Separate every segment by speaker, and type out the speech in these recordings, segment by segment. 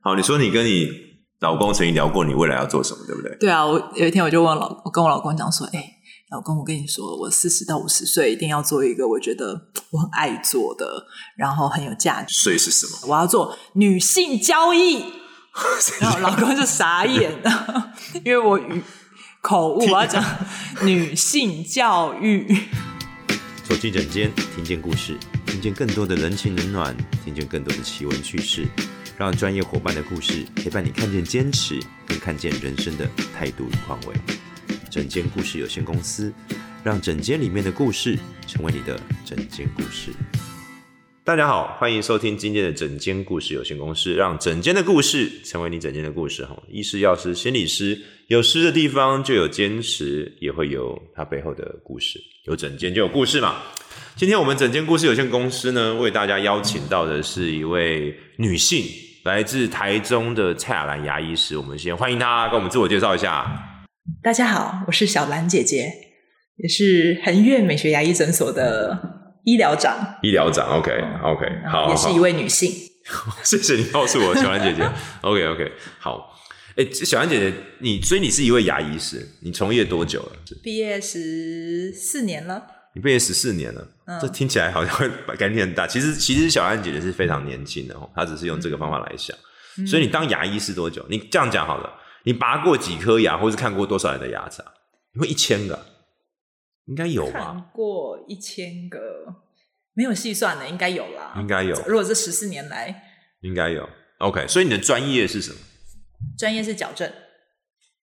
Speaker 1: 好，你说你跟你老公曾经聊过你未来要做什么，对不对？
Speaker 2: 对啊，我有一天我就问老，我跟我老公讲说，哎、老公，我跟你说，我四十到五十岁一定要做一个我觉得我很爱做的，然后很有价值。
Speaker 1: 税是什么？
Speaker 2: 我要做女性交易，然后老公就傻眼了，因为我语口误，我要 讲女性教育。
Speaker 3: 走进诊间，听见故事，听见更多的人情冷暖，听见更多的奇闻趣事，让专业伙伴的故事陪伴你看见坚持，跟看见人生的态度与宽慰。整间故事有限公司，让整间里面的故事成为你的整间故事。大家好，欢迎收听今天的整间故事有限公司，让整间的故事成为你整间的故事。哈，医师、药师、心理师，有师的地方就有坚持，也会有它背后的故事，有整间就有故事嘛。今天我们整间故事有限公司呢，为大家邀请到的是一位女性，来自台中的蔡雅兰牙医师。我们先欢迎她，跟我们自我介绍一下。
Speaker 2: 大家好，我是小兰姐姐，也是恒悦美学牙医诊所的医疗长，
Speaker 3: 医疗长，OK OK，好，嗯
Speaker 2: 也是
Speaker 3: 好
Speaker 2: 一位女性。
Speaker 3: 谢谢你告诉我，小兰姐姐。OK OK，好。哎、小兰姐姐，你所以你是一位牙医师，你从业多久了？
Speaker 2: 毕业十四年了，
Speaker 3: 你毕业十四年了，
Speaker 2: 嗯
Speaker 3: 这听起来好像会把改变很大。其实其实小安姐姐是非常年轻的哦，她只是用这个方法来想。
Speaker 2: 嗯
Speaker 3: 所以你当牙医是多久？你这样讲好了，你拔过几颗牙，或是看过多少人的牙齿啊？你会一千个啊，应该有吧？
Speaker 2: 看过一千个，没有细算的，应该有啦。
Speaker 3: 应该有，
Speaker 2: 如果这十四年来，
Speaker 3: 应该有。OK，所以你的专业是什么？
Speaker 2: 专业是矫正，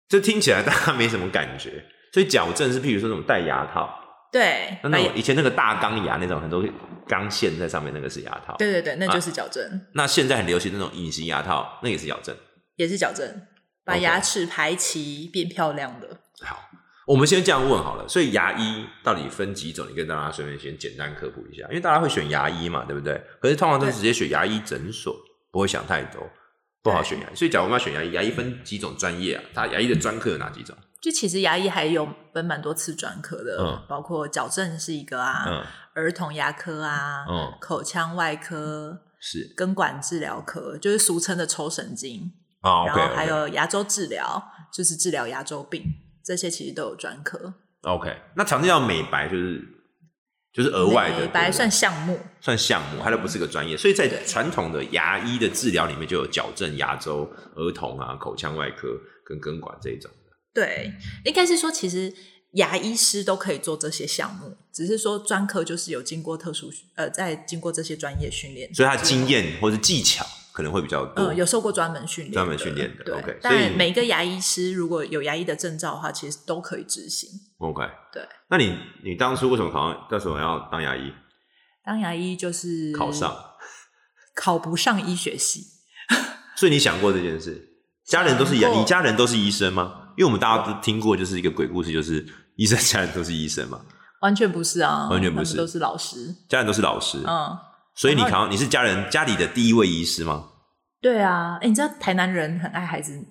Speaker 3: 这听起来大家没什么感觉。所以矫正是，譬如说那种戴牙套，
Speaker 2: 对，
Speaker 3: 那
Speaker 2: 把
Speaker 3: 那种
Speaker 2: 牙
Speaker 3: 以前那个大钢牙那种，很多钢线在上面，那个是牙套。
Speaker 2: 对对对，那就是矫正，
Speaker 3: 那现在很流行那种隐形牙套，那也是矫正。
Speaker 2: 也是矫正，把
Speaker 3: OK
Speaker 2: 牙齿排齐变漂亮的。
Speaker 3: 好，我们先这样问好了。所以牙医到底分几种？你跟大家顺便先简单科普一下，因为大家会选牙医嘛，对不对？可是通常都是
Speaker 2: 对
Speaker 3: 直接选牙医诊所，不会想太多，不好选牙医。所以假如我们要选牙医，牙医分几种专业啊？他牙医的专科有哪几种？
Speaker 2: 就其实牙医还有分蛮多次专科的，
Speaker 3: 嗯
Speaker 2: 包括矫正是一个啊，
Speaker 3: 嗯
Speaker 2: 儿童牙科啊，
Speaker 3: 嗯，
Speaker 2: 口腔外科、
Speaker 3: 是
Speaker 2: 根管治疗科，就是俗称的抽神经。
Speaker 3: 啊
Speaker 2: 然
Speaker 3: ，OK，
Speaker 2: 后还有牙周治疗，就是治疗牙周病，这些其实都有专科。
Speaker 3: OK，那常见到美白就是就是额外的对
Speaker 2: 美白
Speaker 3: 不对
Speaker 2: 算项目，
Speaker 3: 算项目，它都不是个专业，所以在
Speaker 2: 对
Speaker 3: 传统的牙医的治疗里面就有矫正牙周、儿童啊、口腔外科跟根管这一种。
Speaker 2: 对，应该是说其实牙医师都可以做这些项目，只是说专科就是有经过特殊呃，在经过这些专业训练，
Speaker 3: 所以他经验或是技巧可能会比较多。
Speaker 2: 嗯有受过专门训练的，
Speaker 3: 专门训练的
Speaker 2: 对。
Speaker 3: OK，所以
Speaker 2: 但每一个牙医师如果有牙医的证照的话，其实都可以执行。
Speaker 3: OK，
Speaker 2: 对，
Speaker 3: 那你你当初为什么考上？为什么要当牙医？
Speaker 2: 当牙医就是
Speaker 3: 考上，
Speaker 2: 考不上医学系，
Speaker 3: 所以你想过这件事？家人都是牙，
Speaker 2: 想过
Speaker 3: 你家人都是医生吗？因为我们大家都听过，就是一个鬼故事，就是 医生家人都是医生嘛，
Speaker 2: 完全不是啊，
Speaker 3: 完全不
Speaker 2: 他们
Speaker 3: 是
Speaker 2: 都是老师。
Speaker 3: 家人都是老师，
Speaker 2: 嗯，
Speaker 3: 所以你
Speaker 2: 然后
Speaker 3: 考你是家人家里的第一位医师吗？
Speaker 2: 对啊，哎，你知道台南人很爱孩子，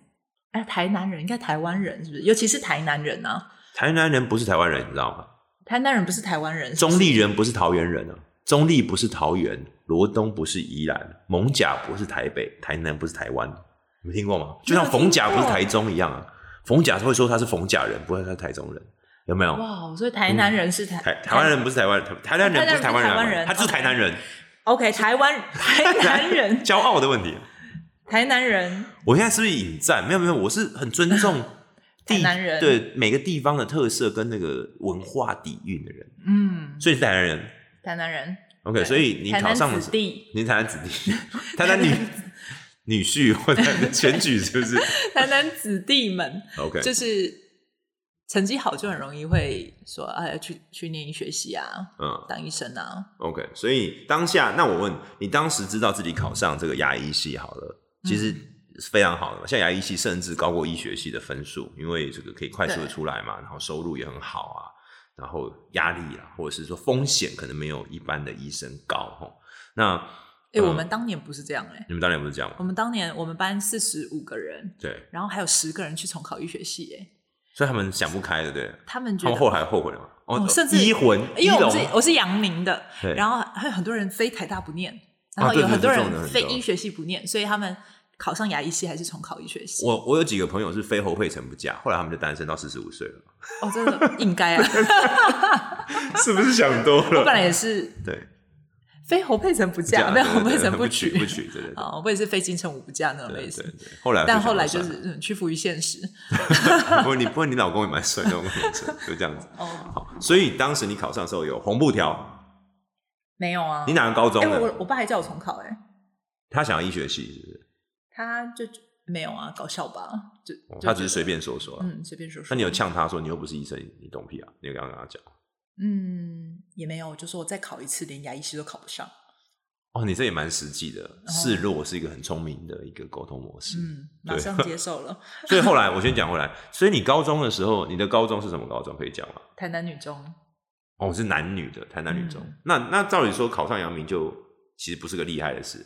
Speaker 2: 哎，台南人应该台湾人是不是？尤其是台南人啊，
Speaker 3: 台南人不是台湾人，你知道吗？
Speaker 2: 台南人不是台湾人，是不是
Speaker 3: 中立人不是桃园人啊，中立不是桃园，罗东不是宜兰，蒙甲不是台北，台南不是台湾，你们听过吗？就像冯甲不是台中一样啊，冯甲会说他是冯甲人，不会说他是台中人，有没有？
Speaker 2: 哇，所以台南人是台、
Speaker 3: 嗯台台湾人不是台湾人，台台南人不是台湾
Speaker 2: 台湾人哦
Speaker 3: 人，他就是台南人，
Speaker 2: ，OK，台湾台南人，
Speaker 3: 骄傲的问题。
Speaker 2: 台南人
Speaker 3: 我现在是不是引战？没有没有，我是很尊重地
Speaker 2: 台南人
Speaker 3: 对每个地方的特色跟那个文化底蕴的人，
Speaker 2: 嗯，
Speaker 3: 所以是台南人。
Speaker 2: 台南人
Speaker 3: OK，所以你
Speaker 2: 台
Speaker 3: 考
Speaker 2: 南
Speaker 3: 上
Speaker 2: 子弟，
Speaker 3: 你是台南子弟， 台南女女婿或者选举是不是
Speaker 2: 台南子弟们
Speaker 3: ？OK，
Speaker 2: 就是成绩好就很容易会说，哎，去去念医学系啊，
Speaker 3: 嗯
Speaker 2: 当医生啊，
Speaker 3: ，OK，所以当下那我问你，当时知道自己考上这个牙医系好了，其
Speaker 2: 嗯
Speaker 3: 实是非常好的嘛，像牙医系甚至高过医学系的分数，因为这个可以快速的
Speaker 2: 对
Speaker 3: 出来嘛，然后收入也很好啊，然后压力啊，或者是说风险可能没有一般的医生高吼。那
Speaker 2: 哎、
Speaker 3: 嗯
Speaker 2: 我们当年不是这样哎、
Speaker 3: 你们当然不是这样
Speaker 2: 我
Speaker 3: 嘛，
Speaker 2: 们当年我们班四十五个人，
Speaker 3: 对，
Speaker 2: 然后还有十个人去重考医学系哎、
Speaker 3: 所以他们想不开的，对，
Speaker 2: 他们觉
Speaker 3: 他
Speaker 2: 得
Speaker 3: 们后来后悔了嘛？
Speaker 2: 哦甚至
Speaker 3: 医魂，
Speaker 2: 因为
Speaker 3: 医
Speaker 2: 我们
Speaker 3: 龙啊
Speaker 2: 是我是阳明的，
Speaker 3: 对
Speaker 2: 然后还有很多人非台大不念，然后
Speaker 3: 对
Speaker 2: 有
Speaker 3: 对
Speaker 2: 很多
Speaker 3: 对这
Speaker 2: 人
Speaker 3: 种人很
Speaker 2: 非
Speaker 3: 多
Speaker 2: 医学系不念，所以他们考上牙医系还是重考医学系？
Speaker 3: 我我有几个朋友是非后悔成不嫁，后来他们就单身到四十五岁了，
Speaker 2: 哦，真的应该啊，
Speaker 3: 是不是想多
Speaker 2: 本
Speaker 3: 了？
Speaker 2: 来也是
Speaker 3: 对，
Speaker 2: 非侯佩岑不
Speaker 3: 嫁
Speaker 2: 嫁，非侯
Speaker 3: 对对
Speaker 2: 佩岑
Speaker 3: 对不
Speaker 2: 娶
Speaker 3: 不娶，对对对
Speaker 2: 啊，我也是非金城武不嫁那种
Speaker 3: 对
Speaker 2: 类
Speaker 3: 对
Speaker 2: 型。
Speaker 3: 对。后来
Speaker 2: 但
Speaker 3: 就想
Speaker 2: 后来
Speaker 3: 说
Speaker 2: 就
Speaker 3: 算了
Speaker 2: 是嗯，屈服于现实。
Speaker 3: 不过你不过你老公也蛮帅的，我跟你说 就这样子。
Speaker 2: 哦，
Speaker 3: 好，所以当时你考上的时候有红布条，
Speaker 2: 没有啊
Speaker 3: 你。哪个高中
Speaker 2: 哎，
Speaker 3: 的？
Speaker 2: 我我爸还叫我重考，哎，
Speaker 3: 他想要医学系，是不是？
Speaker 2: 他就没有啊，搞笑吧？就
Speaker 3: 哦
Speaker 2: 就
Speaker 3: 他只是
Speaker 2: 觉
Speaker 3: 随
Speaker 2: 得
Speaker 3: 便说说啦。
Speaker 2: 嗯随便说说。
Speaker 3: 那你有呛他说你又不是医生，你懂屁啊？你有跟他跟他讲？
Speaker 2: 嗯也没有，我就说我再考一次，连牙医系都考不上。
Speaker 3: 哦，你这也蛮实际的，示弱是一个很聪明的一个沟通模式。
Speaker 2: 嗯，马
Speaker 3: 对
Speaker 2: 上接受了
Speaker 3: 所以后来我先讲回来，所以你高中的时候，你的高中是什么高中？可以讲吗？
Speaker 2: 台南女中。
Speaker 3: 哦，是男女的，台南女中。
Speaker 2: 嗯
Speaker 3: 那那照理说考上阳明就其实不是个厉害的事，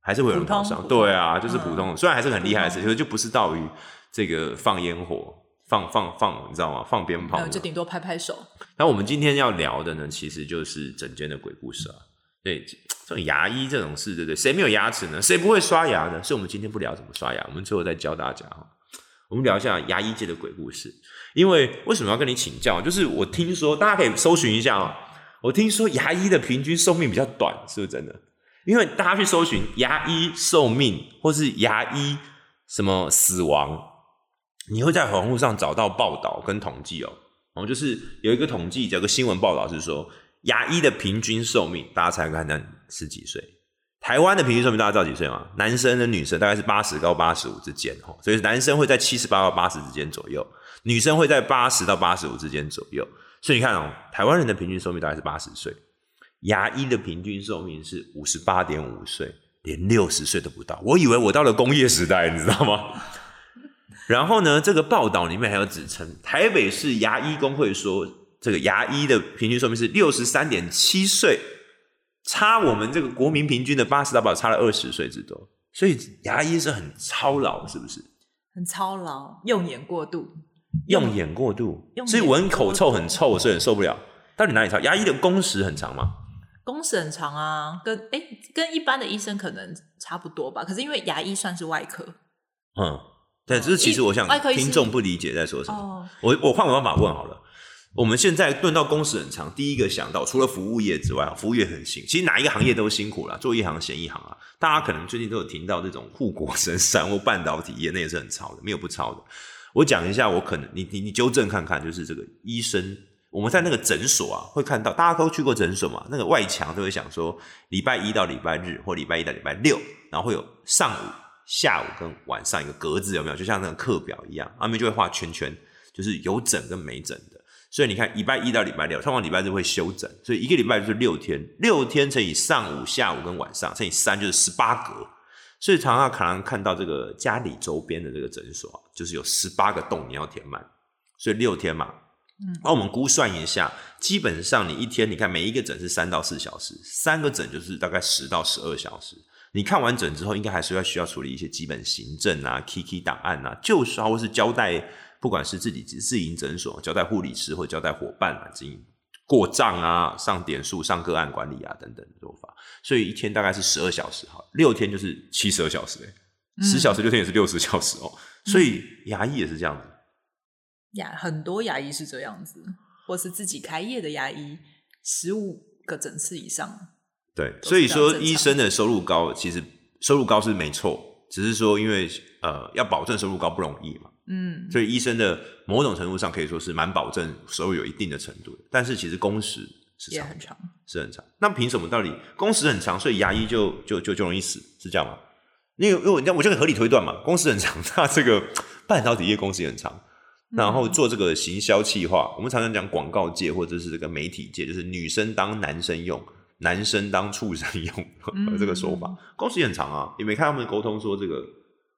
Speaker 3: 还是会有人
Speaker 2: 普通
Speaker 3: 考上。
Speaker 2: 普通嗯
Speaker 3: 对啊，就是普通，虽然还是很厉害的事，
Speaker 2: 普
Speaker 3: 可是就不是到于这个放烟火、放放放，你知道吗？放鞭炮
Speaker 2: 没
Speaker 3: 那
Speaker 2: 有，
Speaker 3: 种。
Speaker 2: 就顶多拍拍手。
Speaker 3: 那我们今天要聊的呢，其实就是整间的鬼故事啊。对，这这种牙医这种事，对不对？谁没有牙齿呢？谁不会刷牙呢？所以我们今天不聊怎么刷牙，我们最后再教大家哈。我们聊一下牙医界的鬼故事，因为为什么要跟你请教？就是我听说，大家可以搜寻一下哦。我听说牙医的平均寿命比较短，是不是真的？因为大家去搜寻牙医寿命或是牙医什么死亡，你会在网络上找到报道跟统计哦。然后就是有一个统计，有个新闻报道是说，牙医的平均寿命，大家猜看看是几岁？台湾的平均寿命大家知道几岁吗？男生跟女生大概是八十到八十五之间哦，所以男生会在七十八到八十之间左右，女生会在八十到八十五之间左右。所以你看哦，台湾人的平均寿命大概是八十岁，牙医的平均寿命是五十八点五岁，连六十岁都不到。我以为我到了工业时代，你知道吗？然后呢，这个报道里面还有指称，台北市牙医工会说，这个牙医的平均寿命是六十三点七岁，差我们这个国民平均的八十到八差了二十岁之多，所以牙医是很操劳，是不是？
Speaker 2: 很操劳，用眼过度，
Speaker 3: 用眼过度，
Speaker 2: 用眼
Speaker 3: 所以闻口臭很臭，所以很受不了。到底哪里操？牙医的工时很长吗？
Speaker 2: 工时很长啊，跟哎跟一般的医生可能差不多吧。可是因为牙医算是外科
Speaker 3: 嗯，对，这是其实我想
Speaker 2: 哦外科医师
Speaker 3: 听众不理解在说什么。
Speaker 2: 哦，
Speaker 3: 我我换个方法问好了。我们现在论到工时很长，第一个想到除了服务业之外，服务业很辛，其实哪一个行业都辛苦啦，做一行嫌一行啊。大家可能最近都有听到这种护国神山或半导体业，那也是很超的，没有不超的。我讲一下，我可能你你你纠正看看，就是这个医生，我们在那个诊所啊会看到，大家都去过诊所嘛，那个外墙都会想说，礼拜一到礼拜日或礼拜一到礼拜六，然后会有上午、下午跟晚上一个格子，有没有？就像那个课表一样，他们就会画圈圈，就是有诊跟没诊的。所以你看，礼拜一到礼拜六，通常礼拜日会休诊，所以一个礼拜就是六天，六天乘以上午、下午跟晚上乘以三就是十八格。所以常常可能看到这个家里周边的这个诊所啊，就是有十八个洞你要填满，所以六天嘛。
Speaker 2: 嗯
Speaker 3: 那我们估算一下，基本上你一天，你看每一个诊是三到四小时，三个诊就是大概十到十二小时。你看完诊之后，应该还是要需要处理一些基本行政啊、KK 档案啊、旧刷或是交代，不管是自己自营诊所交代护理师或交代伙伴啊，经营过账啊、上点数、上个案管理啊等等的做法。所以一天大概是十二小时，好，六天就是七十二小时、欸，
Speaker 2: 嗯
Speaker 3: 十、小时六天也是六十小时哦。所以牙医也是这样子，
Speaker 2: 牙很多牙医是这样子，或是自己开业的牙医，十五个诊次以上，
Speaker 3: 对，
Speaker 2: 都
Speaker 3: 所以
Speaker 2: 是非常
Speaker 3: 说
Speaker 2: 正常
Speaker 3: 医生的收入高，其实收入高是没错，只是说因为呃要保证收入高不容易嘛，
Speaker 2: 嗯，
Speaker 3: 所以医生的某种程度上可以说是蛮保证收入有一定的程度的，但是其实工时是
Speaker 2: 也
Speaker 3: 长
Speaker 2: 很
Speaker 3: 的，
Speaker 2: 长。
Speaker 3: 是很长。那凭什么道理工时很长，所以牙医就就就就容易死，是这样吗？因为因为我我就很合理推断嘛，工时很长，那这个半导体业工时也很长，然后做这个行销企划，我们常常讲广告界或者是这个媒体界，就是女生当男生用，男生当畜生用，
Speaker 2: 嗯
Speaker 3: 这个说法，工时也很长啊。也没看他们沟通说这个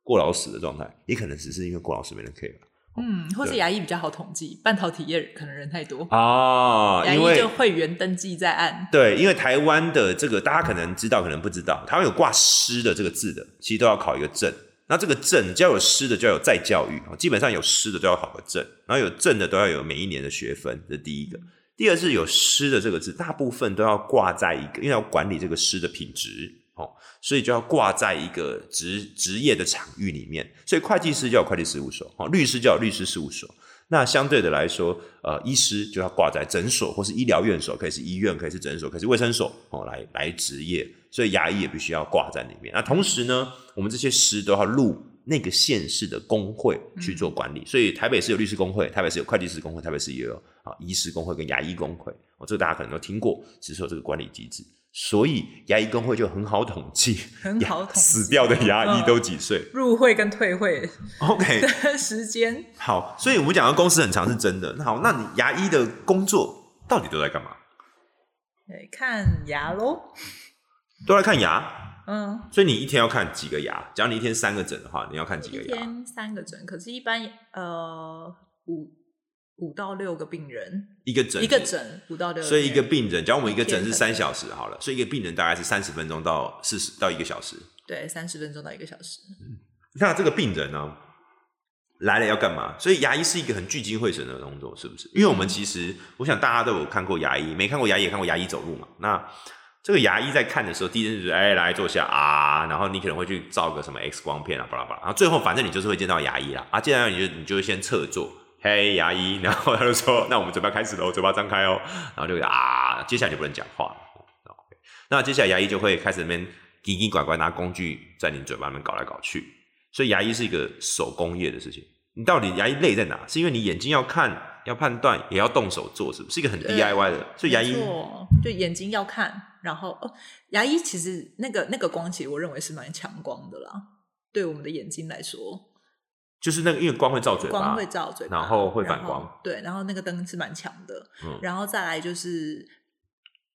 Speaker 3: 过劳死的状态，也可能只是因为过劳死没人 care
Speaker 2: 嗯，或是
Speaker 3: 对
Speaker 2: 牙医比较好统计，半导体业可能人太多，
Speaker 3: 啊
Speaker 2: 牙医就会员登记在案。
Speaker 3: 对，因为台湾的这个大家可能知道，可能不知道，台湾有挂师的这个字的，其实都要考一个证。那这个证，只要有师的就要有再教育，哦基本上有师的都要考个证，然后有证的都要有每一年的学分，这是第一个。第二是有师的这个字，大部分都要挂在一个，因为要管理这个师的品质，哦，所以就要挂在一个职职业的场域里面，所以会计师就有会计事务所，哦，律师就有律师事务所。那相对的来说，呃，医师就要挂在诊所或是医疗院所，可以是医院，可以是诊所，可以是卫生所哦，来来执业。所以牙医也必须要挂在里面。那同时呢，我们这些师都要入那个县市的工会去做管理。所以台北市有律师工会，台北市有会计师工会，台北市也有啊医师工会跟牙医工会。哦，这个大家可能都听过，只是说这个管理机制。所以牙医工会就很好统计，
Speaker 2: 很好统计
Speaker 3: 死掉的牙医都几岁。
Speaker 2: 入会跟退会
Speaker 3: 嗯 OK，
Speaker 2: 的时间，
Speaker 3: 好，所以我们讲到公司很长是真的。那好，那你牙医的工作到底都在干嘛？
Speaker 2: 来看牙喽。
Speaker 3: 都在看牙，
Speaker 2: 嗯，
Speaker 3: 所以你一天要看几个牙？只要你一天三个诊的话，你要看几个
Speaker 2: 一
Speaker 3: 牙？
Speaker 2: 天三个诊，可是一般呃五五到六个病人，
Speaker 3: 一个诊，
Speaker 2: 一个。诊五到六个病人，
Speaker 3: 所以一个病人，假如我们一个诊是
Speaker 2: 一天
Speaker 3: 三小时好了，所以一个病人大概是三十分钟到四十到一个小时。
Speaker 2: 对三十分钟到一个小时。
Speaker 3: 那这个病人呢、来了要干嘛？所以牙医是一个很聚精会神的工作，是不是？因为我们其实，我想大家都有看过牙医，没看过牙医也看过牙医走路嘛。那这个牙医在看的时候，第一件事就是哎来坐下啊，然后你可能会去照个什么 X 光片啊，巴拉巴拉，然后最后反正你就是会见到牙医啦。啊，见到你就你就会先侧坐。嘿，牙医， 然后他就说：“那我们嘴巴开始喽，嘴巴张开哦。”然后就啊，接下来就不能讲话了。OK，那哦接下来牙医就会开始那边叽叽拐拐拿工具在你嘴巴里面搞来搞去，所以牙医是一个手工业的事情。你到底牙医累在哪？是因为你眼睛要看、要判断，也要动手做，是不是？是一个很
Speaker 2: 对
Speaker 3: DIY 的。所以牙医
Speaker 2: 没错就眼睛要看，然后哦，牙医其实那个那个光，其实我认为是蛮强光的啦。对我们的眼睛来说，
Speaker 3: 就是那个，因为光会照嘴巴，
Speaker 2: 光会照嘴巴，
Speaker 3: 然后会反
Speaker 2: 然后
Speaker 3: 光。
Speaker 2: 对，然后那个灯是蛮强的，
Speaker 3: 嗯
Speaker 2: 然后再来就是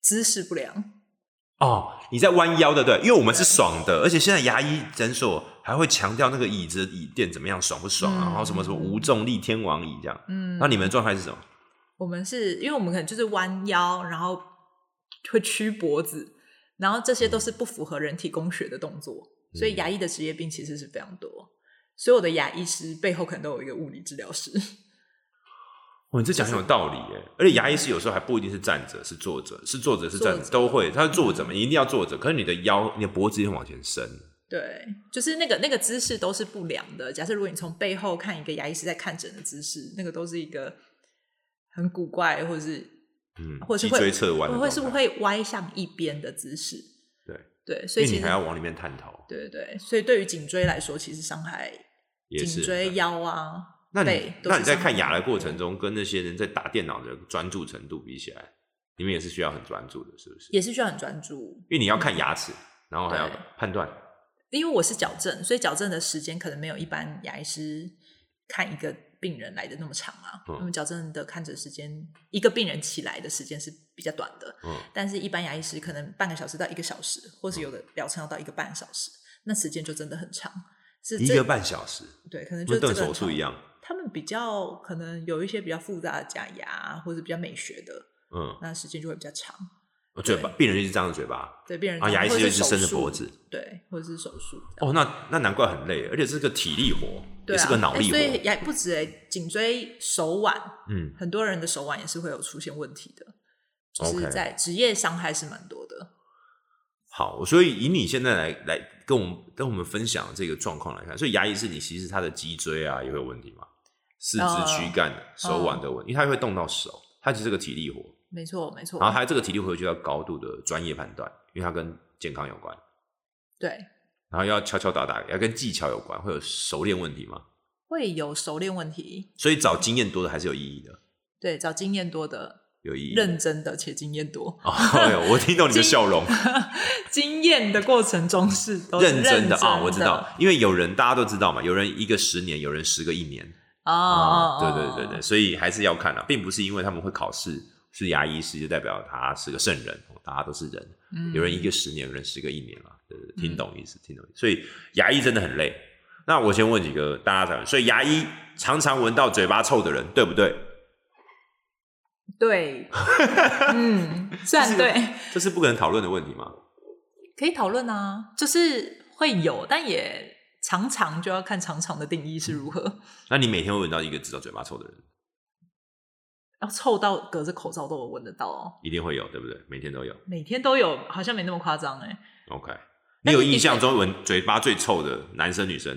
Speaker 2: 姿势不良，
Speaker 3: 哦，你在弯腰的，对，因为我们是爽的，而且现在牙医诊所还会强调那个椅子的椅垫怎么样爽不爽，啊
Speaker 2: 嗯
Speaker 3: 然后什么什么无重力天王椅这样。
Speaker 2: 嗯，
Speaker 3: 那你们的状态是什么？
Speaker 2: 我们是因为我们可能就是弯腰，然后会屈脖子，然后这些都是不符合人体工学的动作，所
Speaker 3: 嗯
Speaker 2: 以牙医的职业病其实是非常多。所有的牙医师背后可能都有一个物理治疗师，
Speaker 3: 哇，哦你这讲很有道理耶！而且牙医师有时候还不一定是站着，是坐着，是坐着是站
Speaker 2: 坐
Speaker 3: 着
Speaker 2: 着嗯
Speaker 3: 都会。他是坐着嘛，你一定要坐着，可是你的腰、你的脖子也会往前伸。
Speaker 2: 对，就是那个那个姿势都是不良的。假设如果你从背后看一个牙医师在看诊的姿势，那个都是一个很古怪，或者是
Speaker 3: 嗯，
Speaker 2: 或者
Speaker 3: 脊
Speaker 2: 是会
Speaker 3: 椎侧弯的
Speaker 2: 会是不
Speaker 3: 状态
Speaker 2: 会歪向一边的姿势。
Speaker 3: 对
Speaker 2: 对，所以
Speaker 3: 因
Speaker 2: 其
Speaker 3: 为
Speaker 2: 实
Speaker 3: 你还要往里面探头，
Speaker 2: 对对对，所以对于颈椎来说，其实伤害
Speaker 3: 也是嗯
Speaker 2: 颈椎、腰啊。
Speaker 3: 那你
Speaker 2: 背都
Speaker 3: 那
Speaker 2: 是
Speaker 3: 你在
Speaker 2: 上
Speaker 3: 看牙
Speaker 2: 班
Speaker 3: 的
Speaker 2: 族
Speaker 3: 过程中，跟那些人在打电脑的专注程度比起来，你们也是需要很专注的，是不是？
Speaker 2: 也是需要很专注，
Speaker 3: 因为你要看牙齿，然后还要
Speaker 2: 对
Speaker 3: 判断。
Speaker 2: 因为我是矫正，所以矫正的时间可能没有一般牙医师看一个病人来的那么长啊。
Speaker 3: 嗯
Speaker 2: 那么矫正的看诊时间，一个病人起来的时间是比较短的，
Speaker 3: 嗯，
Speaker 2: 但是一般牙医师可能半个小时到一个小时，或是有的疗程要到一个半小时，那时间就真的很长。是
Speaker 3: 一
Speaker 2: 这
Speaker 3: 个半小时，
Speaker 2: 对，可能就
Speaker 3: 跟
Speaker 2: 是这
Speaker 3: 动
Speaker 2: 个
Speaker 3: 手
Speaker 2: 很
Speaker 3: 术
Speaker 2: 长
Speaker 3: 一。样。
Speaker 2: 他们比较可能有一些比较复杂的假牙啊，或者比较美学的，
Speaker 3: 嗯，哦
Speaker 2: 那时间就会比较长。
Speaker 3: 嘴巴，病人一直张着嘴巴。
Speaker 2: 对，病人
Speaker 3: 啊牙医
Speaker 2: 或
Speaker 3: 师
Speaker 2: 者
Speaker 3: 就是
Speaker 2: 手
Speaker 3: 伸着
Speaker 2: 术
Speaker 3: 脖子，
Speaker 2: 对，或者是手术这样。
Speaker 3: 哦，那那难怪很累，而且是个体力活，
Speaker 2: 对
Speaker 3: 也
Speaker 2: 啊，
Speaker 3: 是个脑
Speaker 2: 哎
Speaker 3: 力活
Speaker 2: 所。以也不止哎、颈椎、手腕，
Speaker 3: 嗯，
Speaker 2: 很多人的手腕也是会有出现问题的，就是
Speaker 3: OK
Speaker 2: 在职业伤害是蛮多的。
Speaker 3: 好，所以以你现在来来跟我们跟我们分享这个状况来看，所以牙医是你其实他的脊椎啊也会有问题嘛，四肢
Speaker 2: 呃
Speaker 3: 躯干、手腕的问题，因为他会动到手，他其实是个体力活，
Speaker 2: 没错，没错
Speaker 3: 然。后他这个体力活就要高度的专业判断，因为它跟健康有关，
Speaker 2: 对，
Speaker 3: 然后要敲敲打打，要跟技巧有关，会有熟练问题嘛，
Speaker 2: 会有熟练问题。
Speaker 3: 所以找经验多的还是有意义的，
Speaker 2: 对，找经验多的、
Speaker 3: 有意义。
Speaker 2: 认真的且经验多，
Speaker 3: 哦， 哎呦我听到你的
Speaker 2: 经
Speaker 3: 笑容，
Speaker 2: 经验的过程中是都是
Speaker 3: 认真的啊、我知道
Speaker 2: 的，
Speaker 3: 因为有人大家都知道嘛，有人一个十年，有人十个一年啊
Speaker 2: 哦哦，
Speaker 3: 对对对对，
Speaker 2: 对，
Speaker 3: 所以还是要看啊，并不是因为他们会考试是牙医师就代表他是个圣人，哦大家都是人，
Speaker 2: 嗯
Speaker 3: 有人一个十年，有人十个一年嘛，对对对，听懂意思，听懂意思。所以牙医真的很累。那我先问几个大家讲，所以牙医常常闻到嘴巴臭的人，对不对？
Speaker 2: 对，嗯，虽然对。
Speaker 3: 这是不可能讨论的问题吗？
Speaker 2: 可以讨论啊，就是会有，但也常常就要看常常的定义是如何。
Speaker 3: 那你每天会闻到一个知道嘴巴臭的人，
Speaker 2: 要臭到隔着口罩都有闻得到哦，
Speaker 3: 一定会有，对不对？每天都有。
Speaker 2: 每天都有，好像没那么夸张哎。
Speaker 3: OK，你有
Speaker 2: 但是
Speaker 3: 印象
Speaker 2: 的
Speaker 3: 中闻嘴巴最臭的男生女生？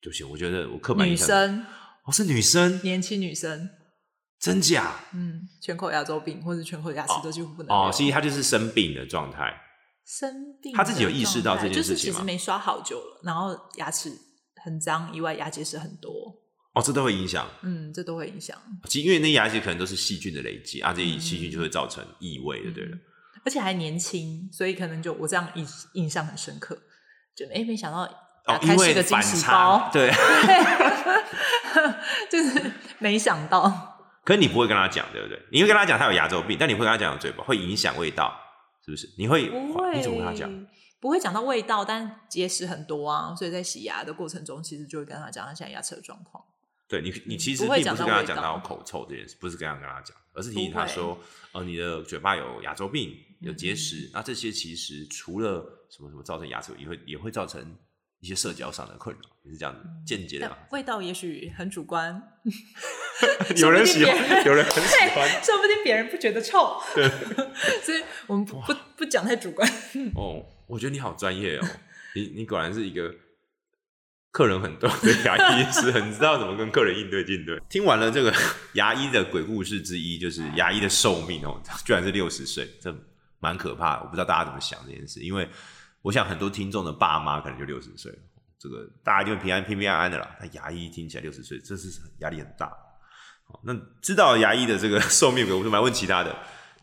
Speaker 3: 对不起，我觉得我刻板
Speaker 2: 女
Speaker 3: 印象
Speaker 2: 生，
Speaker 3: 哦是女生，
Speaker 2: 年轻女生，
Speaker 3: 真假？
Speaker 2: 嗯，全口牙周病或者全口牙齿都几乎不能
Speaker 3: 哦，
Speaker 2: 留
Speaker 3: 所以她就是生病的状态。
Speaker 2: 生病的状态，
Speaker 3: 他自己有意识到这件事情吗
Speaker 2: 就是其实没刷好久了，然后牙齿很脏，以外牙结石很多，
Speaker 3: 哦，这都会影响。
Speaker 2: 嗯，这都会影响，
Speaker 3: 其实因为那牙齿可能都是细菌的累积啊，这些细菌就会造成异味的，对了。
Speaker 2: 而且还年轻，所以可能就我这样印印象很深刻，觉得哎，诶没想到打
Speaker 3: 哦，因
Speaker 2: 开是
Speaker 3: 为
Speaker 2: 个惊
Speaker 3: 反
Speaker 2: 喜
Speaker 3: 差，
Speaker 2: 包，
Speaker 3: 对。
Speaker 2: 就是没想到，
Speaker 3: 可是你不会跟他讲，对不对？你会跟他讲他有牙周病，但你不会跟他讲有嘴巴会影响味道，是不是？你会
Speaker 2: 不会，
Speaker 3: 你怎么跟他讲？？
Speaker 2: 不会讲到味道，但结石很多啊，所以在洗牙的过程中，其实就会跟他讲他现在牙齿的状况。
Speaker 3: 对你，你其实
Speaker 2: 不
Speaker 3: 并
Speaker 2: 会
Speaker 3: 不是
Speaker 2: 讲
Speaker 3: 跟
Speaker 2: 到
Speaker 3: 他
Speaker 2: 味
Speaker 3: 讲
Speaker 2: 道
Speaker 3: 到口臭这件事，不是跟他跟他讲，而是提醒
Speaker 2: 不会
Speaker 3: 他说，呃，你的嘴巴有牙周病，有结
Speaker 2: 嗯
Speaker 3: 石，那这些其实除了什么什么造成牙齿，也会也会造成一些社交上的困扰，也是这样子间接的嘛
Speaker 2: 嗯但。味道也许很主观，
Speaker 3: 有人喜
Speaker 2: 说不定别
Speaker 3: 欢，有人很喜欢
Speaker 2: 对， 说不定别人不觉得臭。 所以我们不不不讲太主观。
Speaker 3: 哦。我觉得你好专业哦，你你果然是一个客人很多的牙医师，很知道怎么跟客人应对进对。听完了这个牙医的鬼故事之一，就是牙医的寿命哦，居然是六十岁，这蛮可怕的。我不知道大家怎么想这件事，因为我想很多听众的爸妈可能就六十岁了，这个大家就平安平平安安的啦。那牙医听起来六十岁，这是压力很大。好，那知道牙医的这个 寿命鬼故事，我们来问其他的。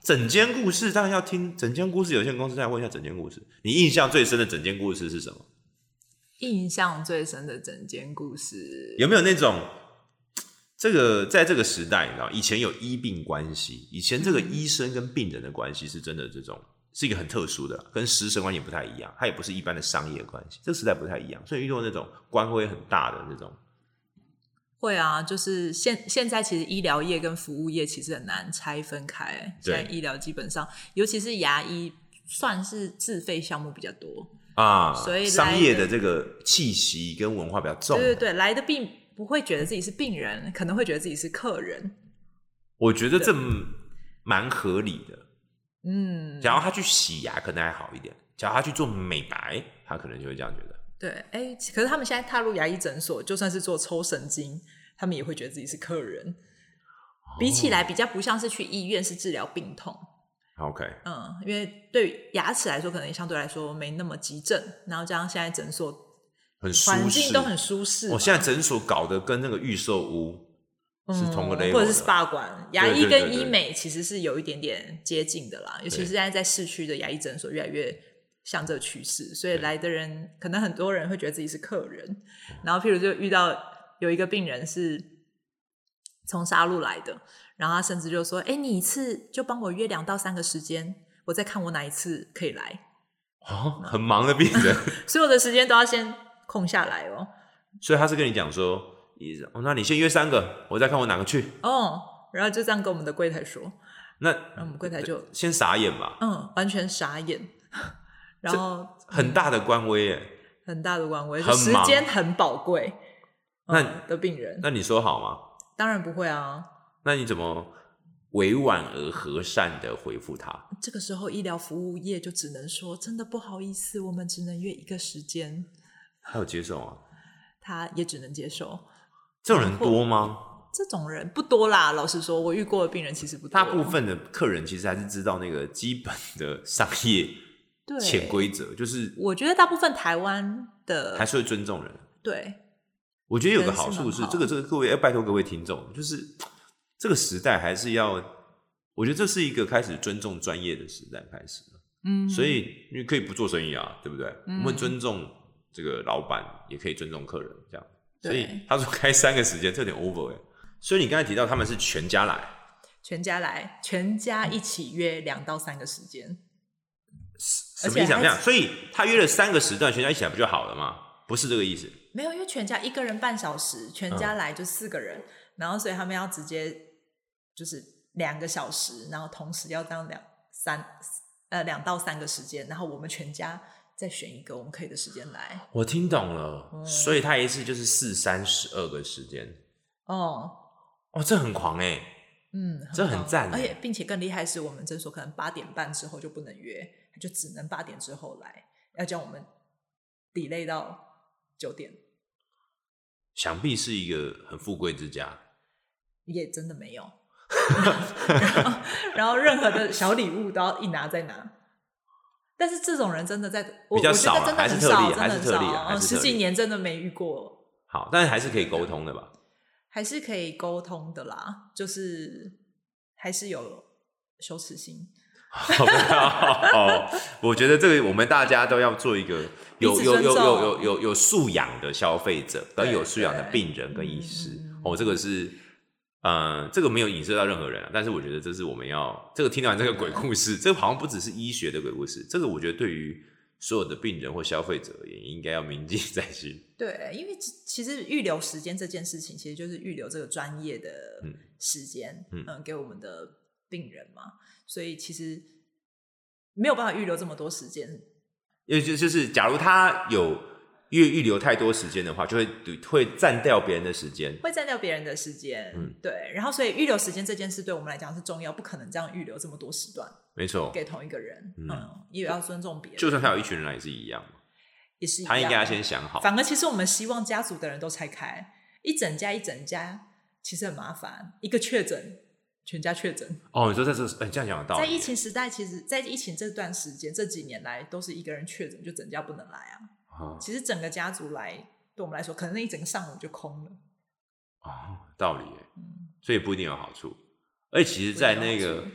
Speaker 3: 整间故事当然要听，整间故事有限公司，再问一下整间故事。你印象最深的整间故事是什么？
Speaker 2: 印象最深的整间故事，
Speaker 3: 有没有那种这个在这个时代，你知道，以前有医病关系，以前这个医生跟病人的关系是真的这种。是一个很特殊的，跟食神关系不太一样，它也不是一般的商业关系，这个时代不太一样，所以遇到那种官威很大的那种，
Speaker 2: 会啊，就是现现在其实医疗业跟服务业其实很难拆分开。
Speaker 3: 对
Speaker 2: 现在医疗基本上，尤其是牙医，算是自费项目比较多。
Speaker 3: 啊，
Speaker 2: 所以来
Speaker 3: 商业的这个气息跟文化比较重。啊
Speaker 2: 对对对，来的病不会觉得自己是病人，可能会觉得自己是客人。
Speaker 3: 我觉得这蛮合理的。
Speaker 2: 嗯，
Speaker 3: 假如他去洗牙，可能还好一点；假如他去做美白，他可能就会这样觉得。
Speaker 2: 对，哎、可是他们现在踏入牙医诊所，就算是做抽神经，他们也会觉得自己是客人。
Speaker 3: 哦
Speaker 2: 比起来，比较不像是去医院是治疗病痛，
Speaker 3: 哦 OK，
Speaker 2: 嗯，因为对于牙齿来说，可能相对来说没那么急症，然后加上现在诊所
Speaker 3: 很舒适，哦
Speaker 2: 环境都很舒适嘛，
Speaker 3: 我、现在诊所搞得跟那个预售屋是同个
Speaker 2: 嗯
Speaker 3: level，
Speaker 2: 或者
Speaker 3: 的
Speaker 2: 是 SPA 馆，牙
Speaker 3: 对
Speaker 2: 医
Speaker 3: 对
Speaker 2: 跟
Speaker 3: 对
Speaker 2: 医
Speaker 3: 对
Speaker 2: 美其实是有一点点接近的啦，尤其
Speaker 3: 对
Speaker 2: 是现在在市区的牙医诊所越来越像这个趋势，所以
Speaker 3: 对
Speaker 2: 来的人可能很多人会觉得自己是客人，然后譬如就遇到有一个病人是从沙鹿来的，然后他甚至就说：“哎，你一次就帮我约两到三个时间，我再看我哪一次可以来，
Speaker 3: 哦，很忙的病人，
Speaker 2: 所有的时间都要先空下来哦。”
Speaker 3: 所以他是跟你讲说，你哦，那你先约三个，我再看我哪个去。
Speaker 2: 哦，然后就这样跟我们的柜台说，
Speaker 3: 那呃
Speaker 2: 然后我们柜台就
Speaker 3: 先傻眼吧，
Speaker 2: 嗯，完全傻眼。然后
Speaker 3: 很大的官威耶。
Speaker 2: 很大的官威，
Speaker 3: 很
Speaker 2: 时
Speaker 3: 忙
Speaker 2: 间很宝贵。
Speaker 3: 那
Speaker 2: 嗯的病人
Speaker 3: 那你说好吗？
Speaker 2: 当然不会啊，
Speaker 3: 那你怎么委婉而和善的回复他？
Speaker 2: 这个时候医疗服务业就只能说真的不好意思，我们只能约一个时间，
Speaker 3: 他有接受吗？
Speaker 2: 他也只能接受。
Speaker 3: 这种人多吗？
Speaker 2: 这种人不多啦，老实说，我遇过的病人其实不多，
Speaker 3: 大部分的客人其实还是知道那个基本的商业
Speaker 2: 对
Speaker 3: 潜。规则，就是
Speaker 2: 我觉得大部分台湾
Speaker 3: 还
Speaker 2: 的
Speaker 3: 是会尊重人。
Speaker 2: 对
Speaker 3: 我觉得有个
Speaker 2: 人是
Speaker 3: 好处
Speaker 2: 蛮
Speaker 3: 是，
Speaker 2: 好
Speaker 3: 这个这个各位要哎拜托各位听众，就是这个时代还是要，我觉得这是一个开始尊重专业的时代开始了。
Speaker 2: 嗯
Speaker 3: 所以你可以不做生意啊，对不对？
Speaker 2: 嗯
Speaker 3: 我们尊重这个老板，也可以尊重客人，这样。所
Speaker 2: 对
Speaker 3: 以他说开三个时间，这有点 over 哎、所以你刚才提到他们是全家来，
Speaker 2: 全家来，全家一起约两到三个时间，
Speaker 3: 什么意思啊？这
Speaker 2: 而且还
Speaker 3: 样，所以他约了三个时段，全家一起来不就好了吗？不是这个意思。
Speaker 2: 没有，因为全家一个人半小时，全
Speaker 3: 嗯
Speaker 2: 家来就四个人，然后所以他们要直接就是两个小时，然后同时要当两三呃两到三个时间，然后我们全家再选一个我们可以的时间来。
Speaker 3: 我听懂了，所以他一次就是四三十二个时间，
Speaker 2: 哦，
Speaker 3: 哦，这很狂哎、
Speaker 2: 嗯，
Speaker 3: 这很
Speaker 2: 棒
Speaker 3: 赞
Speaker 2: 而
Speaker 3: 欸
Speaker 2: 且并且更厉害是我们诊所可能八点半之后就不能约，就只能八点之后来。要叫我们 delay 到九点，
Speaker 3: 想必是一个很富贵之家。
Speaker 2: 也真的没有。 然后，然后任何的小礼物都要一拿再拿。但是这种人真的在，我
Speaker 3: 比较
Speaker 2: 我觉
Speaker 3: 少
Speaker 2: 得
Speaker 3: 啦
Speaker 2: 真的
Speaker 3: 还是
Speaker 2: 很
Speaker 3: 特
Speaker 2: 少，
Speaker 3: 例
Speaker 2: 真的
Speaker 3: 还是
Speaker 2: 很
Speaker 3: 特
Speaker 2: 少
Speaker 3: 例啊还
Speaker 2: 嗯
Speaker 3: 是
Speaker 2: 十
Speaker 3: 特
Speaker 2: 几
Speaker 3: 例
Speaker 2: 年真的没遇过。
Speaker 3: 好，但是还是可以沟通的吧？
Speaker 2: 还是可以沟通的啦，就是还是有羞耻心，
Speaker 3: 好不好？哦我觉得这个我们大家都要做一个有
Speaker 2: 彼此
Speaker 3: 有
Speaker 2: 尊
Speaker 3: 有
Speaker 2: 重
Speaker 3: 有有有有素养的消费者，跟
Speaker 2: 对
Speaker 3: 有素养的
Speaker 2: 对
Speaker 3: 病人跟医师
Speaker 2: 嗯嗯嗯。
Speaker 3: 哦，这个是。呃，这个没有影射到任何人啊，但是我觉得这是我们要这个听完这个鬼故事，
Speaker 2: 嗯
Speaker 3: 这个好像不只是医学的鬼故事，这个我觉得对于所有的病人或消费者也应该要铭记在心。
Speaker 2: 对，因为其其实预留时间这件事情，其实就是预留这个专业的
Speaker 3: 嗯
Speaker 2: 时间，
Speaker 3: 嗯
Speaker 2: 嗯给我们的病人嘛，所以其实没有办法预留这么多时间，
Speaker 3: 因为就就是，假如他有预预留太多时间的话，就会会占掉别人的时间。
Speaker 2: 会占掉别人的时间，
Speaker 3: 嗯
Speaker 2: 对，然后所以预留时间这件事对我们来讲是重要，不可能这样预留这么多时段
Speaker 3: 没错，
Speaker 2: 给同一个人，
Speaker 3: 嗯
Speaker 2: 嗯，也要尊重别人，
Speaker 3: 就算他有一群人来也是一样，
Speaker 2: 也是一
Speaker 3: 他应该
Speaker 2: 样
Speaker 3: 要先想好。
Speaker 2: 反而其实我们希望家族的人都拆开，一整家一整家，其实很麻烦，一个确诊，全家确诊。
Speaker 3: 哦，你说在这，哎、这样讲有道
Speaker 2: 在
Speaker 3: 理。
Speaker 2: 疫情时代，其实，在疫情这段时间，这几年来都是一个人确诊，就整家不能来啊。
Speaker 3: 哦
Speaker 2: 其实整个家族来，对我们来说，可能那一整个上午就空了。
Speaker 3: 哦，道理耶，
Speaker 2: 嗯，
Speaker 3: 所以不一定有好处。而且其实，在那个
Speaker 2: 不一定有好